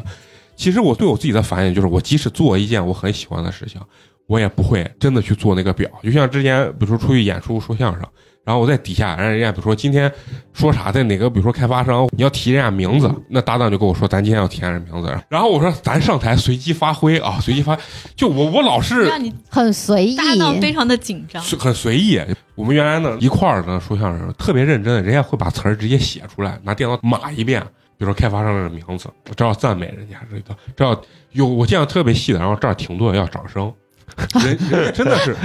Speaker 1: 其实我对我自己的反应就是，我即使做一件我很喜欢的事情，我也不会真的去做那个表。就像之前，比如说出去演出说相声，然后我在底下，让人家比如说今天说啥，在哪个比如说开发商，你要提人家名字，那搭档就跟我说，咱今天要提人家名字。然后我说咱上台随机发挥啊，随机发，就我我老是
Speaker 3: 让你
Speaker 2: 很随意。
Speaker 3: 搭档非常的紧张，
Speaker 1: 是很随意。我们原来呢一块儿呢说相声，特别认真，人家会把词儿直接写出来，拿电脑码一遍。比如说开发商的名字，这要赞美人家，这要这要有我见到特别细的，然后这儿停顿要掌声，人人家真的 是，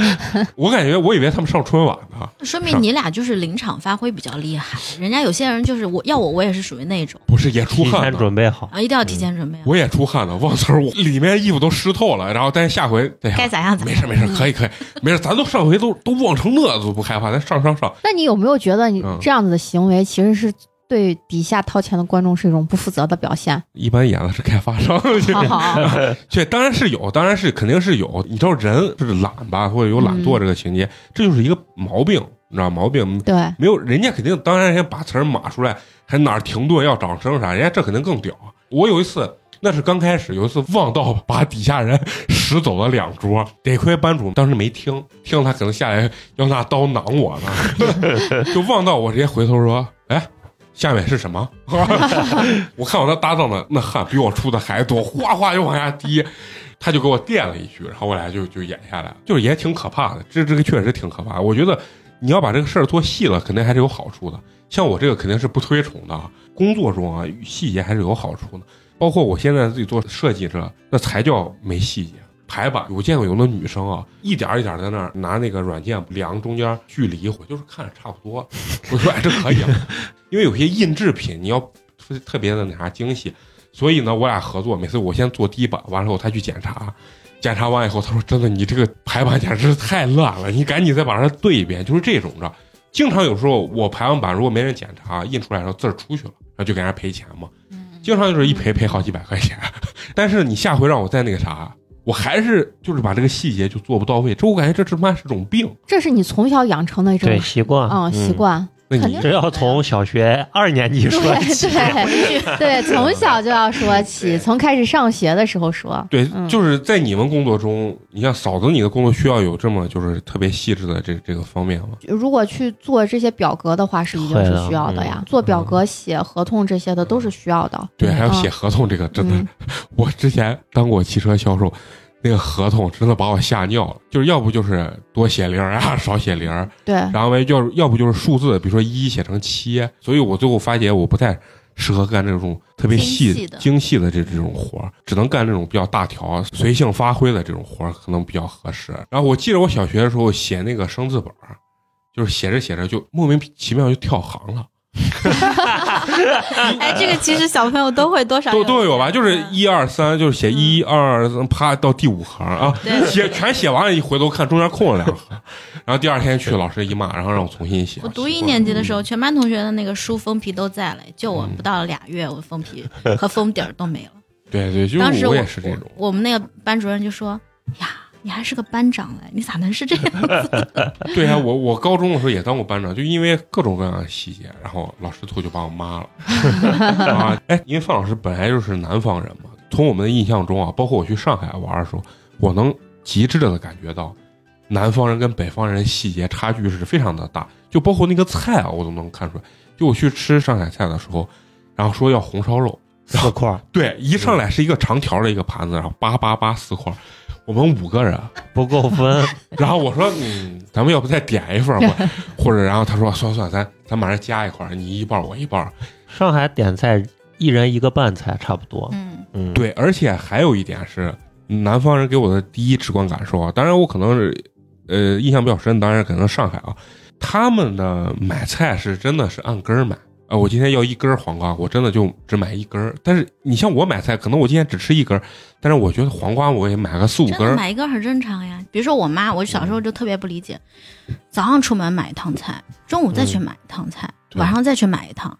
Speaker 1: 我感觉我以为他们上春晚呢，
Speaker 3: 说明你俩就是临场发挥比较厉 害。人家有些人就是我要我我也是属于那种
Speaker 1: 不是也出
Speaker 4: 提
Speaker 1: 汗
Speaker 4: 前
Speaker 1: 呢，
Speaker 4: 准备好。
Speaker 3: 啊，一定要提前准
Speaker 2: 嗯
Speaker 3: 备啊，
Speaker 1: 我也出汗了，忘词儿，我里面衣服都湿透了，然后但是下回哎呀
Speaker 3: 该咋样咋
Speaker 1: 没
Speaker 3: 样。
Speaker 1: 事没事，可以可以，没事，咱都上回都都忘成那都不害怕，咱上上上，
Speaker 2: 那你有没有觉得你
Speaker 1: 嗯
Speaker 2: 这样子的行为其实是对底下掏钱的观众是一种不负责的表现？
Speaker 1: 一般演的是开发商，这
Speaker 3: 哦
Speaker 2: 好好，
Speaker 1: 对，当然是有，当然是肯定是有。你知道人就是懒吧，或者有懒惰这个情节，这就是一个毛病，你知道毛病
Speaker 2: 对，
Speaker 1: 没有人家肯定，当然人家把词儿码出来，还哪儿停顿要掌声啥，人家这肯定更屌。啊我有一次。那是刚开始，有一次忘到把底下人拾走了两桌，得亏班主当时没听，听了他可能下来要拿刀囊我呢，就忘到我直接回头说：“哎，下面是什么？” 我看我那搭档的那汗比我出的还多，哗哗就往下滴，他就给我垫了一句，然后我俩就就演下来了，就是也挺可怕的，这这个确实挺可怕。我觉得你要把这个事儿做细了，肯定还是有好处的。像我这个肯定是不推崇的，啊，工作中啊细节还是有好处的。包括我现在自己做设计这，那才叫没细节。排版，我见过有的女生啊，一点儿一点儿在那儿拿那个软件量中间距离，我就是看着差不多， 我说哎这可以啊， 因为有些印制品你要特特别的那啥精细，所以呢我俩合作，每次我先做第一版，完了以后他去检查，检查完以后，他说：“真的，你这个排版简直是太烂了，你赶紧再把它对一遍。”就是这种的。经常有时候我排完版，如果没人检查，印出来的时候字儿出去了，然后就给人家赔钱嘛。
Speaker 2: 嗯
Speaker 1: 经常就是一赔赔好几百块钱。 但是你下回让我再那个啥，我还是就是把这个细节就做不到位，这我感觉这他妈是种病。
Speaker 2: 这是你从小养成的一种
Speaker 1: 啊
Speaker 4: 对，习惯
Speaker 2: 嗯习。惯。
Speaker 1: 那你
Speaker 2: 肯定
Speaker 4: 这要从小学二年级说起。
Speaker 2: 对对 对，从小就要说起，从开始上学的时候说，
Speaker 1: 对，
Speaker 2: 嗯
Speaker 1: 就是在你们工作中，你像嫂子，你的工作需要有这么就是特别细致的这这个方面吗？
Speaker 2: 如果去做这些表格的话，是一定
Speaker 4: 会的
Speaker 2: 是需要的呀。做表格、写合同这些的都是需要的。
Speaker 1: 对，
Speaker 4: 嗯
Speaker 1: 还有写合同这个，真的，
Speaker 2: 嗯
Speaker 1: 我之前当过汽车销售，那个合同真的把我吓尿了，就是要不就是多写零儿啊， 少写零儿，
Speaker 2: 对，
Speaker 1: 然后呢，要要不就是数字，比如说一写成七，所以我最后发觉我不太适合干这种特别细
Speaker 3: 精细的
Speaker 1: 精细的这这种活儿，只能干这种比较大条、随性发挥的这种活儿，可能比较合适。然后我记得我小学的时候写那个生字本儿，就是写着写着就莫名其妙就跳行了，
Speaker 3: 哎，这个其实小朋友都会多少
Speaker 1: 都都有吧？就是
Speaker 3: 嗯
Speaker 1: 一二三，就是写一二三，啪到第五行啊，
Speaker 3: 对
Speaker 1: 写全写完了，一回头看中间空了两行，然后第二天去老师一骂，然后让我重新写。
Speaker 3: 我读
Speaker 1: 习
Speaker 3: 一
Speaker 1: 惯
Speaker 3: 年
Speaker 1: 了
Speaker 3: 级的时候，全班同学的那个书封皮都在了，就
Speaker 1: 嗯
Speaker 3: 我不到俩月，我封皮和封底儿 都没了。
Speaker 1: 对对，就
Speaker 3: 当时
Speaker 1: 是
Speaker 3: 我
Speaker 1: 也是这种。
Speaker 3: 我们那个班主任就说：“呀，你还是个班长嘞，你咋能是这样子
Speaker 1: 对啊，我我高中的时候也当过班长，就因为各种各样的细节，然后老师头就把我骂了啊！哎，因为范老师本来就是南方人嘛，从我们的印象中啊，包括我去上海玩的时候，我能极致的感觉到，南方人跟北方人细节差距是非常的大，就包括那个菜啊，我都能看出来。就我去吃上海菜的时候，然后说要红烧肉，
Speaker 4: 四块儿
Speaker 1: 对，一上来是一个长条的一个盘子，然后八八八四块儿，我们五个人。啊
Speaker 4: 不够分，
Speaker 1: 然后我说，嗯，咱们要不再点一份儿 吧？或者，然后他说，算算，咱咱把人加一块儿，你一半儿我一半儿。
Speaker 4: 上海点菜一人一个拌菜差不？” 多。
Speaker 3: 嗯，
Speaker 4: 嗯，，
Speaker 1: 对，而且还有一点是，南方人给我的第一直观感受啊，当然我可能是，呃，印象比较深，当然可能上海啊，他们的买菜是真的是按根儿买。啊，我今天要一根儿黄瓜，我真的就只买一根儿。但是你像我买菜，可能我今天只吃一根儿，但是我觉得黄瓜我也买个四五
Speaker 3: 真
Speaker 1: 根
Speaker 3: 的
Speaker 1: 儿。
Speaker 3: 买一根很正常呀。比如说我妈，我小时候就特别不理解，早上出门买一趟菜，中午再去买一趟菜，
Speaker 1: 嗯对
Speaker 3: 晚上再去买一趟。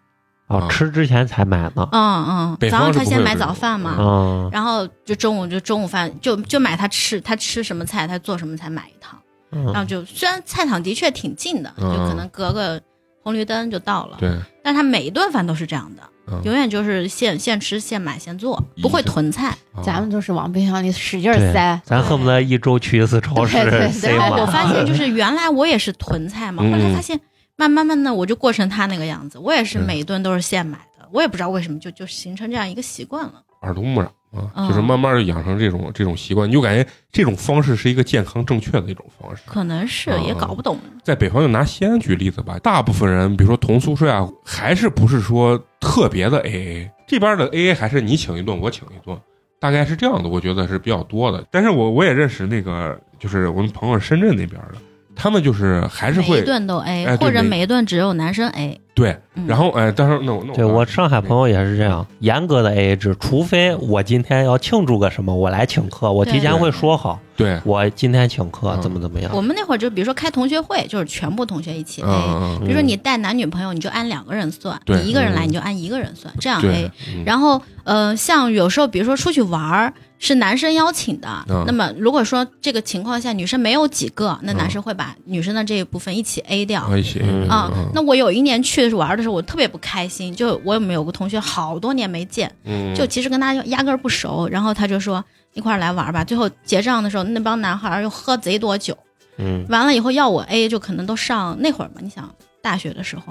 Speaker 4: 哦，
Speaker 1: 嗯
Speaker 4: 吃之前才买呢。
Speaker 3: 嗯嗯，
Speaker 1: 北
Speaker 3: 早
Speaker 1: 方
Speaker 3: 上
Speaker 1: 是
Speaker 3: 她
Speaker 1: 不
Speaker 3: 先
Speaker 1: 会有
Speaker 3: 买
Speaker 1: 这
Speaker 3: 早
Speaker 1: 种
Speaker 3: 饭嘛，
Speaker 4: 嗯
Speaker 3: 然后就中午就中午饭就就买他吃他吃什么菜，他做什么菜买一趟，然后
Speaker 4: 嗯，
Speaker 3: 就虽然菜场的确挺近的，
Speaker 1: 嗯
Speaker 3: 就可能隔个红绿灯就到了，
Speaker 1: 对，
Speaker 3: 但是他每一顿饭都是这样的，
Speaker 1: 嗯
Speaker 3: 永远就是现现吃现买现做，不会囤菜。
Speaker 1: 啊
Speaker 2: 咱们就是往冰箱里使劲儿
Speaker 4: 对
Speaker 2: 塞。
Speaker 4: 咱恨不得一周去一次超市
Speaker 2: 对对对
Speaker 4: 塞
Speaker 2: 对
Speaker 3: 然后我
Speaker 4: 满。
Speaker 3: 发现就是原来我也是囤菜嘛，
Speaker 1: 嗯
Speaker 3: 后来发现慢慢慢的我就过成他那个样子，我也是
Speaker 1: 嗯
Speaker 3: 每一顿都是现买的，我也不知道为什么就就形成这样一个习惯了。
Speaker 1: 耳濡目染啊，
Speaker 3: 嗯
Speaker 1: 就是慢慢的养成这种这种习惯，你就感觉这种方式是一个健康正确的一种方式。
Speaker 3: 可能是也
Speaker 1: 嗯
Speaker 3: 搞不懂，
Speaker 1: 在北方，就拿西安举例子吧，大部分人，比如说同宿舍啊，还是不是说特别的 AA，这边的 AA 还是你请一顿我请一顿，大概是这样的，我觉得是比较多的。但是我我也认识那个，就是我们朋友深圳那边的，他们就是还是
Speaker 3: 每一
Speaker 1: 会
Speaker 3: 顿都
Speaker 1: 哎对
Speaker 3: A，或者
Speaker 1: 每
Speaker 3: 每一顿只有男生 A。
Speaker 1: 对，
Speaker 3: 嗯
Speaker 1: 然后哎，但是那我那
Speaker 4: 对我上海朋友也是这样，严格的 AA 制，除非我今天要庆祝个什么，我来请客，我提前会说好，
Speaker 1: 对，
Speaker 4: 我今天请客
Speaker 1: 嗯
Speaker 4: 怎么怎么样
Speaker 3: 我。们那会儿就比如说开同学会，就是全部同学一起
Speaker 1: 嗯
Speaker 3: A。
Speaker 1: 嗯
Speaker 3: 比
Speaker 1: 嗯，
Speaker 3: 如说你带男女朋友，你就按两个人算；
Speaker 1: 对
Speaker 3: 你一个人来，
Speaker 4: 嗯
Speaker 3: 你就按一个人算，这样 A
Speaker 1: 对。，嗯
Speaker 3: 哎然后，呃，像有时候，比如说出去玩儿是男生邀请的，
Speaker 1: 嗯
Speaker 3: 那么如果说这个情况下女生没有几个，那
Speaker 1: 嗯
Speaker 3: 男生会把女生的这一部分一起 A 掉。
Speaker 1: 然后一起
Speaker 4: 嗯
Speaker 3: 啊、那我有一年去玩的时候，我特别不开心，就我们有个同学好多年没见，
Speaker 1: 嗯
Speaker 3: 就其实跟他压根儿不熟，然后他就说一块儿来玩儿吧。最后结账的时候，那帮男孩儿又喝贼多酒，
Speaker 4: 嗯，
Speaker 3: 完了以后要我 A，就可能都上那会儿嘛，你想大学的时候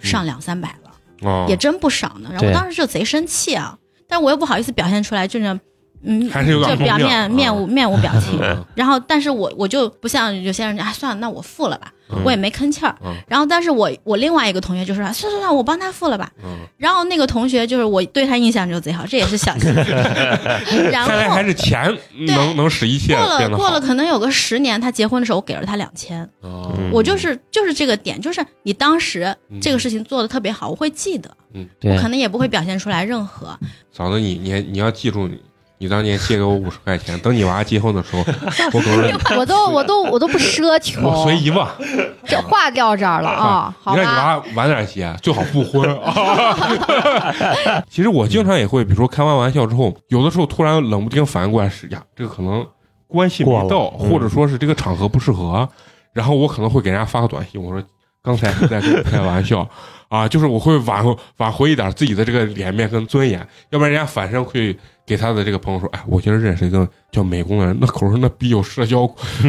Speaker 1: 嗯
Speaker 3: 上两三百了，
Speaker 1: 啊
Speaker 3: 也真不少呢。然后
Speaker 4: 对
Speaker 3: 我当时就贼生气啊，但我又不好意思表现出来，就那嗯，
Speaker 1: 还是有点
Speaker 3: 就表
Speaker 1: 懵样
Speaker 3: 面
Speaker 1: 嗯
Speaker 3: 面无面无表情。
Speaker 1: 嗯
Speaker 3: 然后，但是我我就不像有些人，哎，算了，那我付了吧，
Speaker 1: 嗯
Speaker 3: 我也没吭气儿。
Speaker 1: 嗯
Speaker 3: 然后，但是我我另外一个同学就说，啊算算算，我帮他付了吧。
Speaker 1: 嗯，
Speaker 3: 然后那个同学就是我对他印象就贼好，这也是小 心。然
Speaker 1: 看来
Speaker 3: 后
Speaker 1: 还是钱能能使一切
Speaker 3: 过了
Speaker 1: 变得好。
Speaker 3: 过了可能有个十年，他结婚的时候我给了他两千，
Speaker 1: 哦
Speaker 4: 嗯
Speaker 3: 我就是就是这个点，就是你当时
Speaker 1: 嗯
Speaker 3: 这个事情做的特别好，我会记得，
Speaker 4: 对，
Speaker 3: 可能也不会表现出来任何。
Speaker 1: 嗯嫂子，你你你要记住你，你当年借给我五十块钱，等你娃结婚的时候，我
Speaker 3: 哎
Speaker 1: 给你，
Speaker 2: 我都我都我都不 奢求，
Speaker 1: 我随一万，
Speaker 2: 这话掉这儿了啊，
Speaker 1: 你
Speaker 2: 好
Speaker 1: 让你
Speaker 2: 吧？
Speaker 1: 娃晚点结，最好不婚。啊 其实我经常也会，比如说开完玩笑之后，有的时候突然冷不丁反应过来是呀，这个可能关系没
Speaker 4: 过
Speaker 1: 到，
Speaker 4: 了嗯
Speaker 1: 或者说是这个场合不适合，然后我可能会给人家发个短信，我说刚才是在跟我开玩笑啊，就是我会挽回挽回一点自己的这个脸面跟尊严，要不然人家反身会给他的这个朋友说，哎，我今儿认识一个叫美工的人，那口上那逼有社交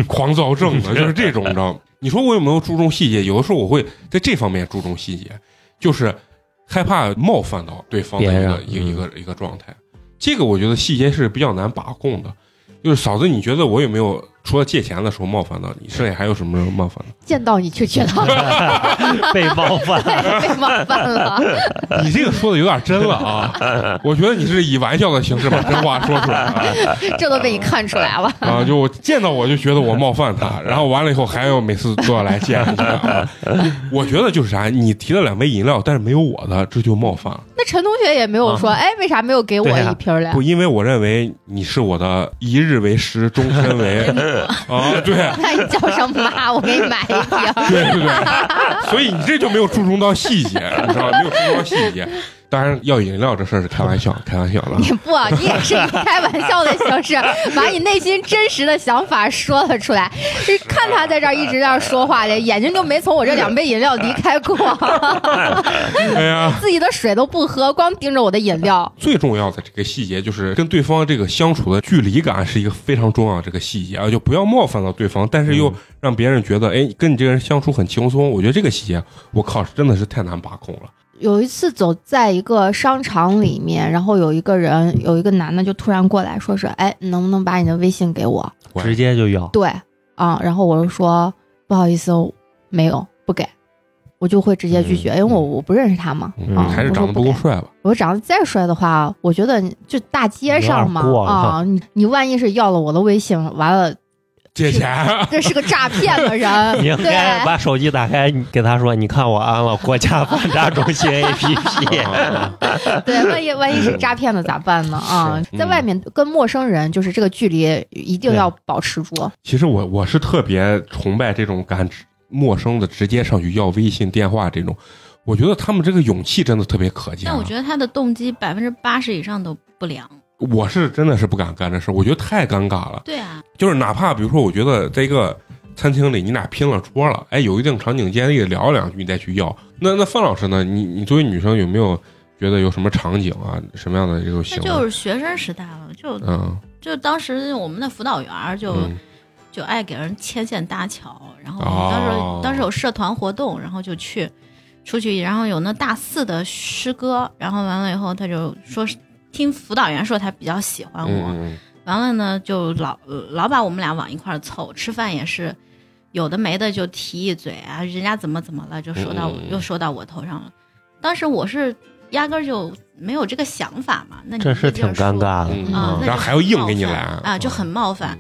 Speaker 1: 狂躁症的，就是这种，你知道吗？你说我有没有注重细节？有的时候我会在这方面注重细节，就是害怕冒犯到对方的一个
Speaker 4: 别
Speaker 1: 一个
Speaker 4: 人
Speaker 1: 一
Speaker 4: 嗯
Speaker 1: 个一个状态。这个我觉得细节是比较难把控的。就是嫂子，你觉得我有没有除了借钱的时候冒犯到你，剩下还有什么时候冒犯
Speaker 2: 见到你就觉得
Speaker 4: 被冒 犯。
Speaker 2: 被冒犯了。
Speaker 1: 到？ 你这个说的有点真了啊！我觉得你是以玩笑的形式把真话说出来啊了。
Speaker 2: 这都被你看出来 了。
Speaker 1: 啊，就我见到我就觉得我冒犯他，然后完了以后还要每次都要来见一下、啊。我觉得就是啥，你提了两杯饮料，但是没有我的，这就冒犯了。
Speaker 2: 那陈同学也没有说，哎，为啥没有给我
Speaker 4: 对呀
Speaker 2: 一瓶儿嘞？
Speaker 1: 不，因为我认为你是我的一日为师，终身为啊，对。
Speaker 2: 那你叫声妈，我给你买一瓶儿。
Speaker 1: 对对对，所以你这就没有注重到细节，你知道吗？没有注重到细节。当然，要饮料这事儿是开玩笑，开玩笑了。
Speaker 2: 你不，你也是以开玩笑的形式把你内心真实的想法说了出来。就是看他在这儿一直在这儿说话的，眼睛就没从我这两杯饮料离开过，
Speaker 1: 哎呀，
Speaker 2: 自己的水都不喝，光盯着我的饮料。
Speaker 1: 最重要的这个细节就是跟对方这个相处的距离感是一个非常重要的这个细节啊，就不要冒犯到对方，但是又让别人觉得，哎，跟你这个人相处很轻松。我觉得这个细节，我靠，真的是太难把控了。
Speaker 2: 有一次走在一个商场里面，然后有一个人，有一个男的就突然过来说是，哎，能不能把你的微信给我？
Speaker 4: 直接就要，
Speaker 2: 对啊，然后我就说不好意思，我没有不给，我就会直接拒绝，因为我我不认识他嘛。
Speaker 1: 嗯，
Speaker 2: 啊，
Speaker 1: 还是
Speaker 2: 我说
Speaker 1: 长得
Speaker 2: 不
Speaker 1: 不够
Speaker 2: 给
Speaker 1: 帅吧？
Speaker 2: 我长得再帅的话，我觉得就大街上嘛
Speaker 4: 有点过了
Speaker 2: 啊，你你万一是要了我的微信，完了
Speaker 1: 借钱，
Speaker 2: 这是个诈骗的人，
Speaker 4: 你
Speaker 3: 啊
Speaker 4: 应该
Speaker 2: 对，
Speaker 4: 把手机打开，你给他说：“你看我安了国家反诈中心 APP。
Speaker 1: 啊
Speaker 2: 对，万一万一是诈骗的咋办呢？啊，
Speaker 1: 是嗯
Speaker 2: 在外面跟陌生人，就是这个距离一定
Speaker 4: 对
Speaker 2: 要保持住。
Speaker 1: 其实我我是特别崇拜这种敢直陌生的直接上去要微信电话这种，我觉得他们这个勇气真的特别可嘉。
Speaker 3: 但我觉得他的动机百分之八十以上都不良。
Speaker 1: 我是真的是不敢干这事儿，我觉得太尴尬了。
Speaker 3: 对啊，
Speaker 1: 就是哪怕比如说，我觉得在一个餐厅里，你俩拼了桌了，哎，有一定场景建立，聊两句，你再去要。那那范老师呢？你你作为女生有没有觉得有什么场景啊，什么样的这种
Speaker 3: 那
Speaker 1: 行为？
Speaker 3: 就是学生时代了，就
Speaker 1: 嗯
Speaker 3: 就当时我们的辅导员儿就、
Speaker 1: 嗯
Speaker 3: 就爱给人牵线搭桥，然后
Speaker 1: 哦
Speaker 3: 当时、当时有社团活动，然后就去出去，然后有那大四的师哥，然后完了以后他就说是听辅导员说他比较喜欢
Speaker 1: 嗯
Speaker 3: 我，
Speaker 1: 嗯
Speaker 3: 完了呢就老呃老把我们俩往一块儿凑，吃饭也是有的没的就提一嘴啊，人家怎么怎么了，就说到我、
Speaker 1: 嗯嗯嗯
Speaker 3: 又说到我头上了。当时我是压根儿就没有这个想法嘛，那”你
Speaker 4: 这是
Speaker 3: 一劲
Speaker 4: 挺
Speaker 3: 儿
Speaker 4: 尴
Speaker 3: 说
Speaker 4: 尬的，
Speaker 1: 嗯
Speaker 3: 啊
Speaker 1: 嗯，
Speaker 3: 那
Speaker 1: 然后
Speaker 3: 就
Speaker 1: 还要硬
Speaker 3: 冒
Speaker 1: 给你嗯
Speaker 3: 犯
Speaker 1: 来
Speaker 3: 啊，就很冒犯。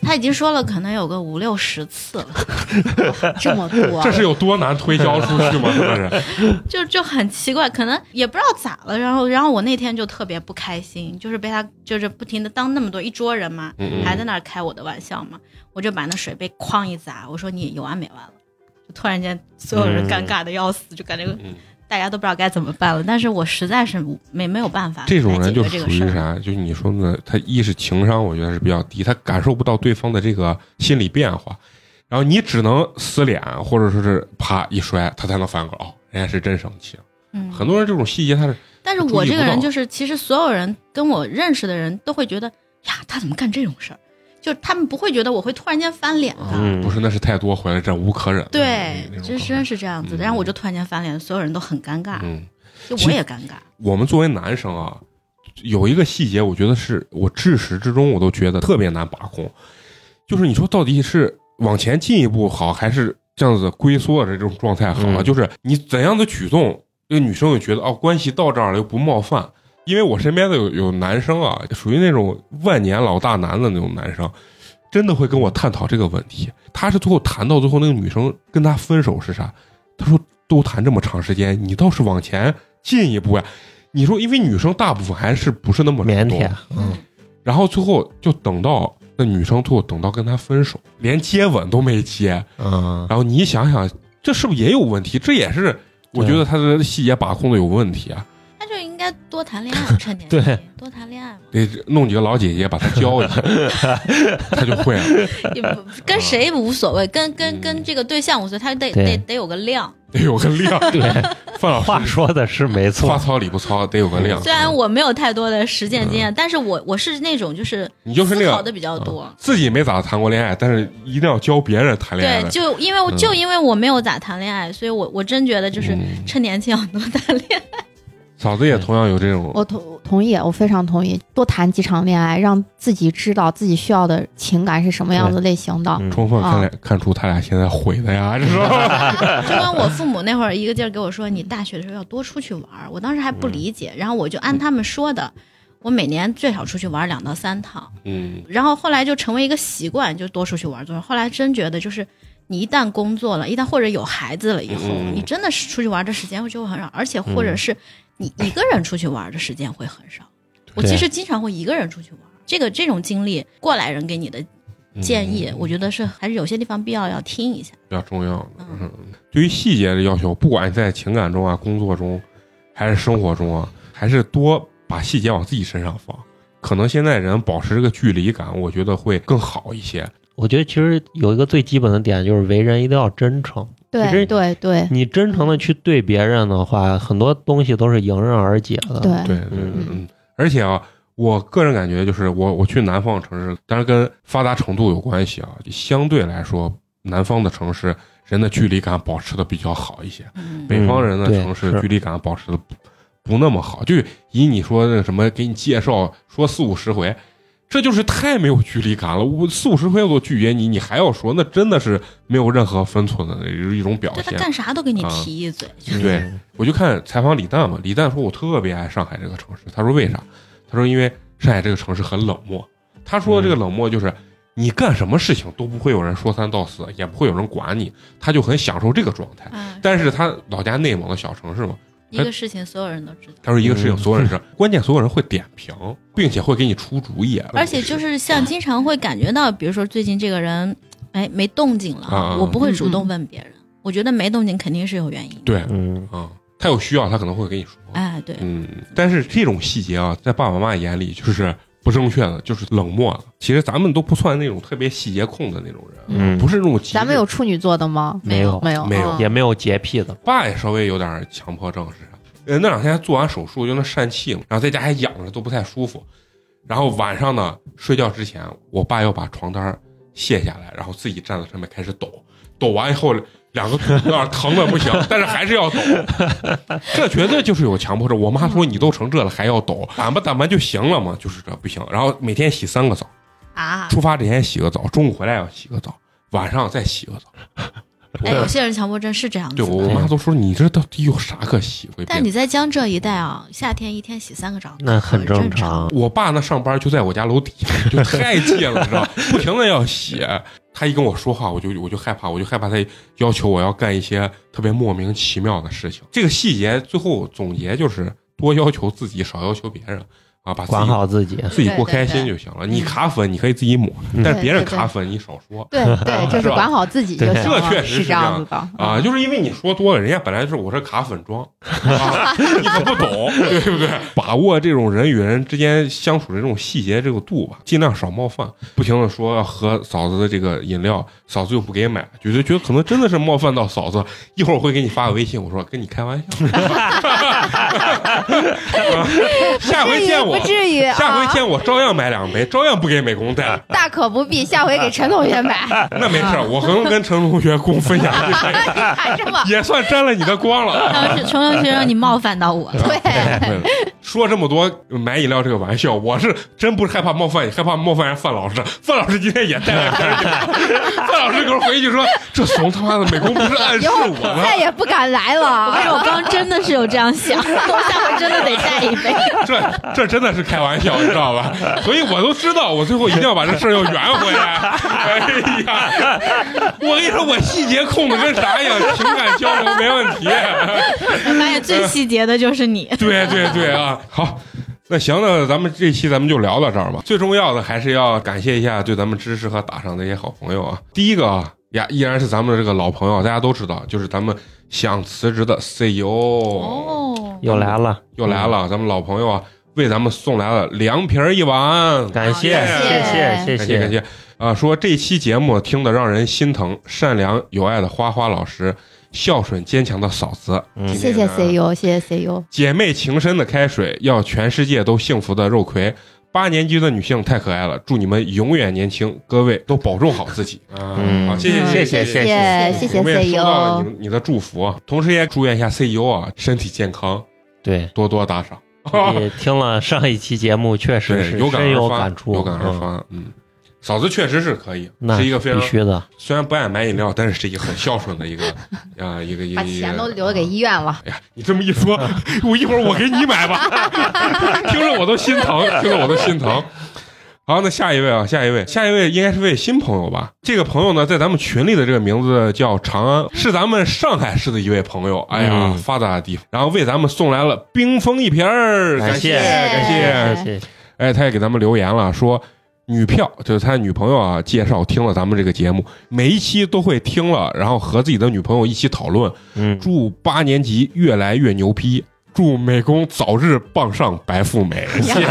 Speaker 3: 他已经说了，可能有个五六十次了，
Speaker 2: 这么 多，
Speaker 1: 这是有多难推销出去吗？这 是
Speaker 3: 就就很奇怪，可能也不知道咋了。然后，然后我那天就特别不开心，就是被他就是不停的当那么多一桌人嘛，
Speaker 1: 嗯嗯
Speaker 3: 还在那儿开我的玩笑嘛，我就把那水杯哐一砸，我说你有完没完了。就突然间，所有人尴尬的要死，就感觉
Speaker 1: 嗯
Speaker 3: 大家都不知道该怎么办了。但是我实在是没没有办法来
Speaker 1: 这
Speaker 3: 解决
Speaker 1: 种人就
Speaker 3: 这
Speaker 1: 属
Speaker 3: 个事
Speaker 1: 于
Speaker 3: 儿。
Speaker 1: 啥？就是你说的，他一是情商，我觉得是比较低，他感受不到对方的这个心理变化，然后你只能撕脸，或者说是啪一摔，他才能反过来。哦，人家是真生气了。
Speaker 3: 嗯，
Speaker 1: 很多人这种细节他是
Speaker 3: 但是我这个人就是，其实所有人跟我认识的人都会觉得，呀，他怎么干这种事儿？就他们不会觉得我会突然间翻脸的。
Speaker 4: 嗯
Speaker 1: 不是，那是太多回来，忍无可忍。
Speaker 3: 对
Speaker 1: 嗯那，种
Speaker 3: 这
Speaker 1: 状态
Speaker 3: 真是这样子。
Speaker 1: 嗯
Speaker 3: 然后我就突然间翻脸，所有人都很尴尬，
Speaker 1: 嗯，
Speaker 3: 就
Speaker 1: 其
Speaker 3: 我
Speaker 1: 实
Speaker 3: 也尴尬。
Speaker 1: 我们作为男生啊，有一个细节，我觉得是我至始至终我都觉得特别难把控，就是你说到底是往前进一步好，还是这样子龟缩的这种状态好啊？
Speaker 4: 嗯
Speaker 1: 就是你怎样的举动，这个女生就觉得哦，关系到这儿了又不冒犯。因为我身边的有有男生啊，属于那种万年老大难的那种男生，真的会跟我探讨这个问题。他是最后谈到最后，那个女生跟他分手是啥？他说都谈这么长时间，你倒是往前进一步呀、你说，因为女生大部分还是不是那么主
Speaker 4: 腼
Speaker 1: 动
Speaker 4: 腆，
Speaker 1: 然后最后就等到那女生最后等到跟他分手，连接吻都没接。
Speaker 4: 嗯，
Speaker 1: 然后你想想，这是不是也有问题？这也是我觉得他的细节把控的有问题啊。
Speaker 3: 他就应该该多谈恋 爱，趁年轻
Speaker 4: 对
Speaker 3: 多谈恋爱嘛，
Speaker 1: 得弄几个老姐姐把她教 一下，她就会了。
Speaker 3: 也不
Speaker 1: 啊
Speaker 3: 跟谁无所谓，跟
Speaker 1: 嗯
Speaker 3: 跟跟这个对象无所谓，他得
Speaker 4: 对
Speaker 3: 得得有个量。
Speaker 1: 得有个 量。
Speaker 4: 对，
Speaker 1: 范老师
Speaker 4: 话说的是没
Speaker 1: 话
Speaker 4: 错，
Speaker 1: 糙理不糙，得有个啊量。
Speaker 3: 虽然我没有太多的实践经验，但是我我是那种就是
Speaker 1: 嗯你就是那
Speaker 3: 思
Speaker 1: 个
Speaker 3: 考的比较多。
Speaker 1: 自己没咋谈过恋爱，但是一定要教别人谈恋爱
Speaker 3: 对，
Speaker 1: 的。
Speaker 3: 就因为我、
Speaker 1: 嗯
Speaker 3: 就因为我没有咋谈恋爱，所以我我真觉得就是
Speaker 1: 嗯
Speaker 3: 趁年轻要多 谈恋爱。
Speaker 1: 嫂子也同样有这
Speaker 3: 嗯
Speaker 1: 种
Speaker 2: 我同同意，我非常同意，多谈几场恋爱，让自己知道自己需要的情感是什么样子类型的。
Speaker 4: 嗯
Speaker 1: 充分
Speaker 3: 啊
Speaker 1: 看来看出他俩现在毁的
Speaker 3: 嗯
Speaker 1: 呀，这是吧？
Speaker 3: 就跟我父母那会儿一个劲儿给我说，你大学的时候要多出去玩儿。我当时还
Speaker 1: 嗯
Speaker 3: 不理解，然后我就按他们说的，我每年最少出去玩儿两到三趟。
Speaker 1: 嗯，
Speaker 3: 然后后来就成为一个习惯，就多出去玩儿。多出去后来真觉得就是。你一旦工作了，一旦或者有孩子了以后，
Speaker 1: 嗯
Speaker 3: 你真的是出去玩儿的时间会就会很少，而且或者是你一个人出去玩儿的时间会很少。我其实经常会一个人出去玩儿，这个这种经历，过来人给你的建议，我觉得是还是有些地方必要要听一下。
Speaker 1: 嗯比较重要的。
Speaker 3: 嗯
Speaker 1: 嗯，对于细节的要求，不管你在情感中啊、工作中，还是生活中啊，还是多把细节往自己身上放。可能现在人保持这个距离感，我觉得会更好一些。
Speaker 4: 我觉得其实有一个最基本的点就是为人一定要真诚。其
Speaker 2: 对
Speaker 4: 实
Speaker 2: 对
Speaker 1: 嗯
Speaker 2: 对
Speaker 4: 你真诚的去对别人的话，很多东西都是迎刃而解的。
Speaker 2: 对，
Speaker 1: 对，对对嗯，而且啊，我个人感觉就是我我去南方的城市，当然跟发达程度有关系啊，相对来说，南方的城市人的距离感保持的比较好一些，
Speaker 3: 嗯，
Speaker 1: 北方人的
Speaker 4: 嗯对
Speaker 1: 城市
Speaker 4: 是
Speaker 1: 距离感保持的不不那么好。就以你说那什么给你介绍说四五十回。这就是太没有距离感了，我四五十回我都拒绝你，你还要说，那真的是没有任何分寸的一种表
Speaker 3: 对他
Speaker 1: 现。
Speaker 3: 干啥都给你
Speaker 1: 啊
Speaker 3: 提一嘴，就
Speaker 4: 嗯
Speaker 1: 对，我就看采访李诞嘛，李诞说我特别爱上海这个城市，他说为啥？他说因为上海这个城市很冷漠。他说的这个冷漠就是你干什么事情都不会有人说三道四，也不会有人管你，他就很享受这个状态。
Speaker 3: 啊，
Speaker 1: 但是他老家内蒙的小城市嘛，
Speaker 3: 一个事情所有人都知道。
Speaker 1: 他说一个事情
Speaker 4: 嗯
Speaker 1: 所有人知道，关键所有人会点评，并且会给你出主意，啊
Speaker 3: 而且就是像经常会感觉到，比如说最近这个人，哎，没动静了，
Speaker 1: 啊
Speaker 3: 我不会主
Speaker 2: 嗯
Speaker 3: 动问别人。我觉得没动静肯定是有原因的。
Speaker 1: 对
Speaker 4: 嗯，
Speaker 1: 啊，他有需要他可能会给你说，
Speaker 3: 哎，对，
Speaker 1: 嗯，但是这种细节啊，在爸爸妈妈眼里就是不正确的，就是冷漠的。其实咱们都不算那种特别细节控的那种人，
Speaker 4: 嗯
Speaker 1: 不是那种极致
Speaker 2: 咱们有处女座的吗？
Speaker 4: 没有
Speaker 2: 没有，
Speaker 1: 没有
Speaker 2: 嗯
Speaker 4: 也没有洁癖的，
Speaker 1: 爸也稍微有点强迫症是啥？呃，那两天做完手术就那疝气嘛，然后在家还养着，都不太舒服。然后晚上呢，睡觉之前，我爸要把床单儿卸下来，然后自己站在上面开始抖，抖完以后两个腿有点疼的不行，但是还是要抖。这绝对就是有强迫症。我妈说你都成这了还要抖，掸吧掸吧就行了嘛，就是这不行。然后每天洗三个澡，
Speaker 3: 啊，
Speaker 1: 出发之前洗个澡，中午回来要洗个澡，晚上再洗个澡。
Speaker 3: 哎，有些人强迫症嗯是这样子
Speaker 1: 对我
Speaker 3: 的。
Speaker 1: 妈都说你这到底有啥可洗会变
Speaker 3: 但你在江浙一带啊，夏天一天洗三个澡，
Speaker 4: 那很
Speaker 3: 正
Speaker 4: 正常。。
Speaker 1: 我爸那上班就在我家楼底下，就太近了，你知道，不停的要洗。他一跟我说话，我就我就害怕，我就害怕他要求我要干一些特别莫名其妙的事情。这个细节最后总结就是多要求自己，少要求别人啊，把自
Speaker 4: 管
Speaker 1: 己
Speaker 4: 好自己，
Speaker 1: 自己过开心就行了。你卡粉你可以自己抹，
Speaker 4: 嗯
Speaker 1: 但是别人
Speaker 2: 对对对
Speaker 1: 卡粉你少说。
Speaker 2: 对 对，就是
Speaker 1: 是吧
Speaker 2: 管好自己就行
Speaker 1: 对
Speaker 2: 了，
Speaker 1: 这确实是
Speaker 2: 是
Speaker 1: 这样
Speaker 2: 样子的
Speaker 1: 啊，就是因为你说多了，人家本来就是我是卡粉 妆，啊、你都不懂，对不对？ 把握这种人与人之间相处的这种细节这个度吧，尽量少冒犯。不停的说要喝嫂子的这个饮料，嫂子又不给买，觉得觉得可能真的是冒犯到嫂子。一会儿我会给你发个微信，我说跟你开玩笑， 下回见我
Speaker 2: 不。至于，
Speaker 1: 下回
Speaker 2: 啊，
Speaker 1: 见我照样买两杯，照样不给美工带，
Speaker 2: 大可不必，下回给陈同学 买，
Speaker 1: 那没事儿，我可能跟陈同学共分享一杯，
Speaker 2: 啊 这么
Speaker 1: 也算沾了你的光了。
Speaker 3: 当时陈同学让你冒犯到我了，
Speaker 2: 对，
Speaker 1: 对啊 说这么多买饮料这个玩笑，我是真不是害怕冒犯你，害怕冒犯人范老师。范老师今天也带了根儿 进来，范老师给我回去说，这怂他妈的美工不是暗
Speaker 2: 以
Speaker 1: 示
Speaker 2: 后
Speaker 1: 我
Speaker 2: 再
Speaker 1: 吗？
Speaker 2: 也不敢来
Speaker 3: 我
Speaker 2: 了。啊
Speaker 3: 跟你说，我刚真的是有这样想，我下回真的得带一 杯。
Speaker 1: 这这真的是开玩笑，你知道吧？所以我都知道，我最后一定要把这事儿要圆回来。哎呀，我跟你说，我细节控的跟啥一样，情感交流没问题。
Speaker 3: 我发现最细节的就是你。
Speaker 1: 对对对啊，好。那行，那咱们这期咱们就聊到这儿吧。最重要的还是要感谢一下对咱们支持和打赏的一些好朋友啊。第一个啊，呀，依然是啊哦咱们的这个老朋友，大家都知道，就是咱们想辞职的 CEO。
Speaker 3: 哦
Speaker 4: 又来了，
Speaker 1: E 又来了，咱们老朋友啊，为咱们送来了凉皮儿一碗
Speaker 4: 嗯，，感谢
Speaker 3: 好
Speaker 4: 谢
Speaker 2: 谢
Speaker 4: 谢
Speaker 1: 感谢感谢啊！说这期节目听得让人心疼，善良有爱的花花老师，孝顺坚强的嫂子，
Speaker 4: 嗯
Speaker 1: 今
Speaker 2: 谢
Speaker 1: 天
Speaker 2: 谢
Speaker 1: 呢
Speaker 2: CEO，谢谢 E CEO，
Speaker 1: 姐妹情深的开水，要全世界都幸福的肉葵。八年级的女性太可爱了，祝你们永远年轻，各位都保重好自己啊！
Speaker 4: 嗯
Speaker 1: 好，谢谢
Speaker 2: 嗯
Speaker 1: 谢谢
Speaker 4: 谢谢
Speaker 2: 谢
Speaker 3: 谢
Speaker 2: 谢 E
Speaker 1: 我们也收到了
Speaker 2: CEO，
Speaker 1: 你你的祝福，啊同时也祝愿一下 CEO 啊身体健康，
Speaker 4: 对，
Speaker 1: 多多打赏。啊
Speaker 4: 也听了上一期节目，确实
Speaker 1: 哦对，
Speaker 4: 嗯是
Speaker 1: 有感
Speaker 4: 深
Speaker 1: 而
Speaker 4: 有
Speaker 1: 发，
Speaker 4: 感触，
Speaker 1: 有感而
Speaker 4: 嗯
Speaker 1: 发。嗯，嫂子确实是可以，
Speaker 4: 那
Speaker 1: 是一个非常
Speaker 4: 必须的，
Speaker 1: 虽然不爱买饮料，但是是一个很孝顺的一个啊，一个一个。
Speaker 2: 把钱都留给医院了。
Speaker 1: 哎呀，你这么一说， 我一会儿我给你买吧， 听着我都心疼，听着我都心疼。好，那下一位啊，下一位，下一位应该是位新朋友吧？这个朋友呢，在咱们群里的这个名字叫长安，是咱们上海市的一位朋友。哎呀，
Speaker 4: 嗯
Speaker 1: 发达的地方，然后为咱们送来了冰封一瓶儿，
Speaker 4: 感谢
Speaker 1: 感谢
Speaker 2: 哎
Speaker 4: 谢谢，
Speaker 1: 哎，他也给咱们留言了，说女票就是他女朋友啊，介绍听了咱们这个节目，每一期都会听了，然后和自己的女朋友一起讨论。
Speaker 4: 嗯，
Speaker 1: 祝八年级越来越牛逼，祝美工早日傍上白富美。谢谢。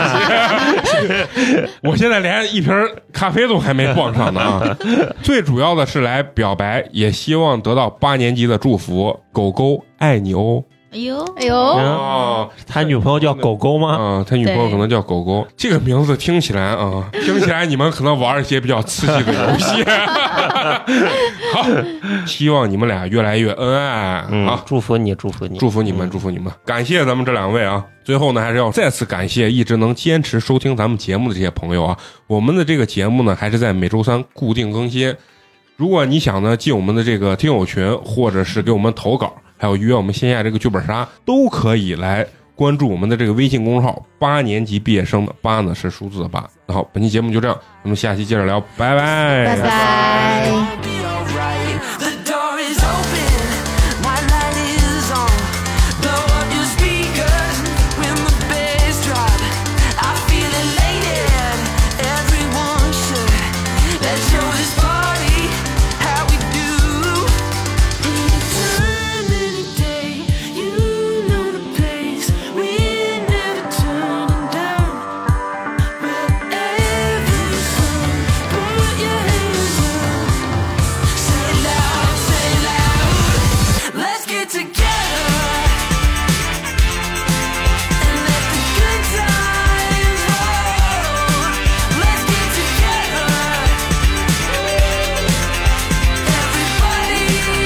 Speaker 1: 我现在连一瓶咖啡都还 没傍上呢啊！最主要的是来表白，也希望得到八年级的祝福。狗狗爱你哦。
Speaker 3: 哎呦，
Speaker 2: 哎呦，
Speaker 1: 哦，
Speaker 4: 他女朋友叫狗狗吗？
Speaker 1: 啊，他女朋友可能叫狗狗，这个名字听起来啊，听起来你们可能玩一些比较刺激的游戏。 好，希望你们俩越来越恩爱。啊
Speaker 4: 嗯
Speaker 1: 好，，
Speaker 4: 祝福你，祝福你，
Speaker 1: 祝福你们，祝福你们！感谢咱们这两位啊！最后呢，还是要再次感谢一直能坚持收听咱们节目的这些朋友啊。我们的这个节目呢，还是在每周三固定更新。如果你想呢进我们的这个听友群，或者是给我们投稿，还有约我们线下这个剧本杀，都可以来关注我们的这个微信公众号“八年级毕业生”的“八”呢是数字的“八”。然后本期节目就这样，咱们下期接着聊，拜拜，
Speaker 2: 拜拜。
Speaker 5: I'll be alright. The door is open, my light is on. Blow up your speakers when the bass drop. I feel elated, everyone should. Let's show this party how we do. Any time, any day, you know the place. We never turning down. Wherever you from, put your hands up. Say loud, say loud. Let's get together and let the good times roll. Let's get together, everybody you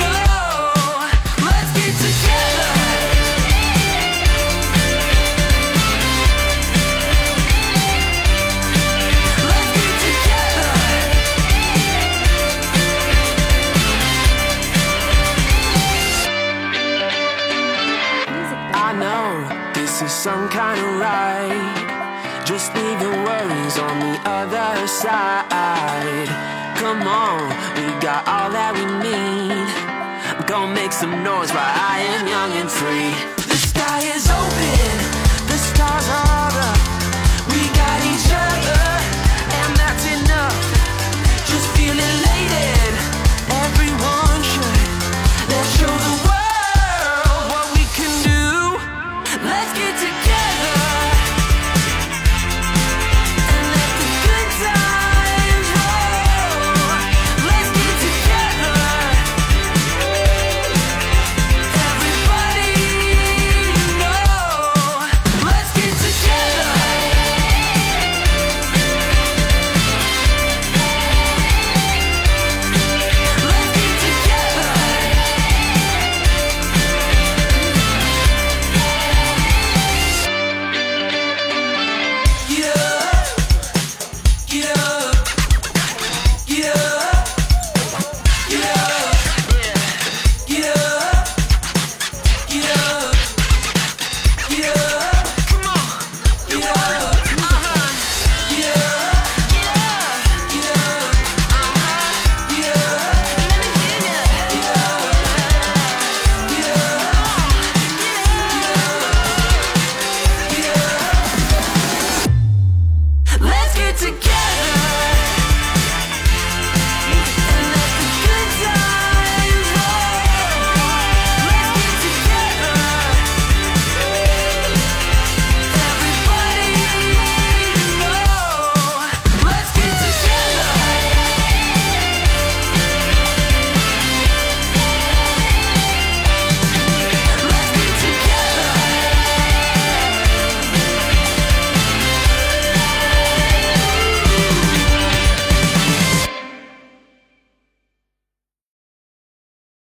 Speaker 5: know. Let's get together. Let's get together. I know this is some kind of ride. Just leaving worries on the other side. Come on, we got all that we need. I'm gonna make some noise while I am young and free. The sky is open, the stars are up. We got each other, and that's enough. Just feel elated, everyone should. Let's show the world what we can do. Let's get together and let the good times roll. Let's get together, everybody you know. Let's get together. Let's get together. Yeah, yeah, yeah, yeah, yeah, yeah, yeah. Come on, yeah, uh-huh. yeah, yeah, yeah. Let's get together.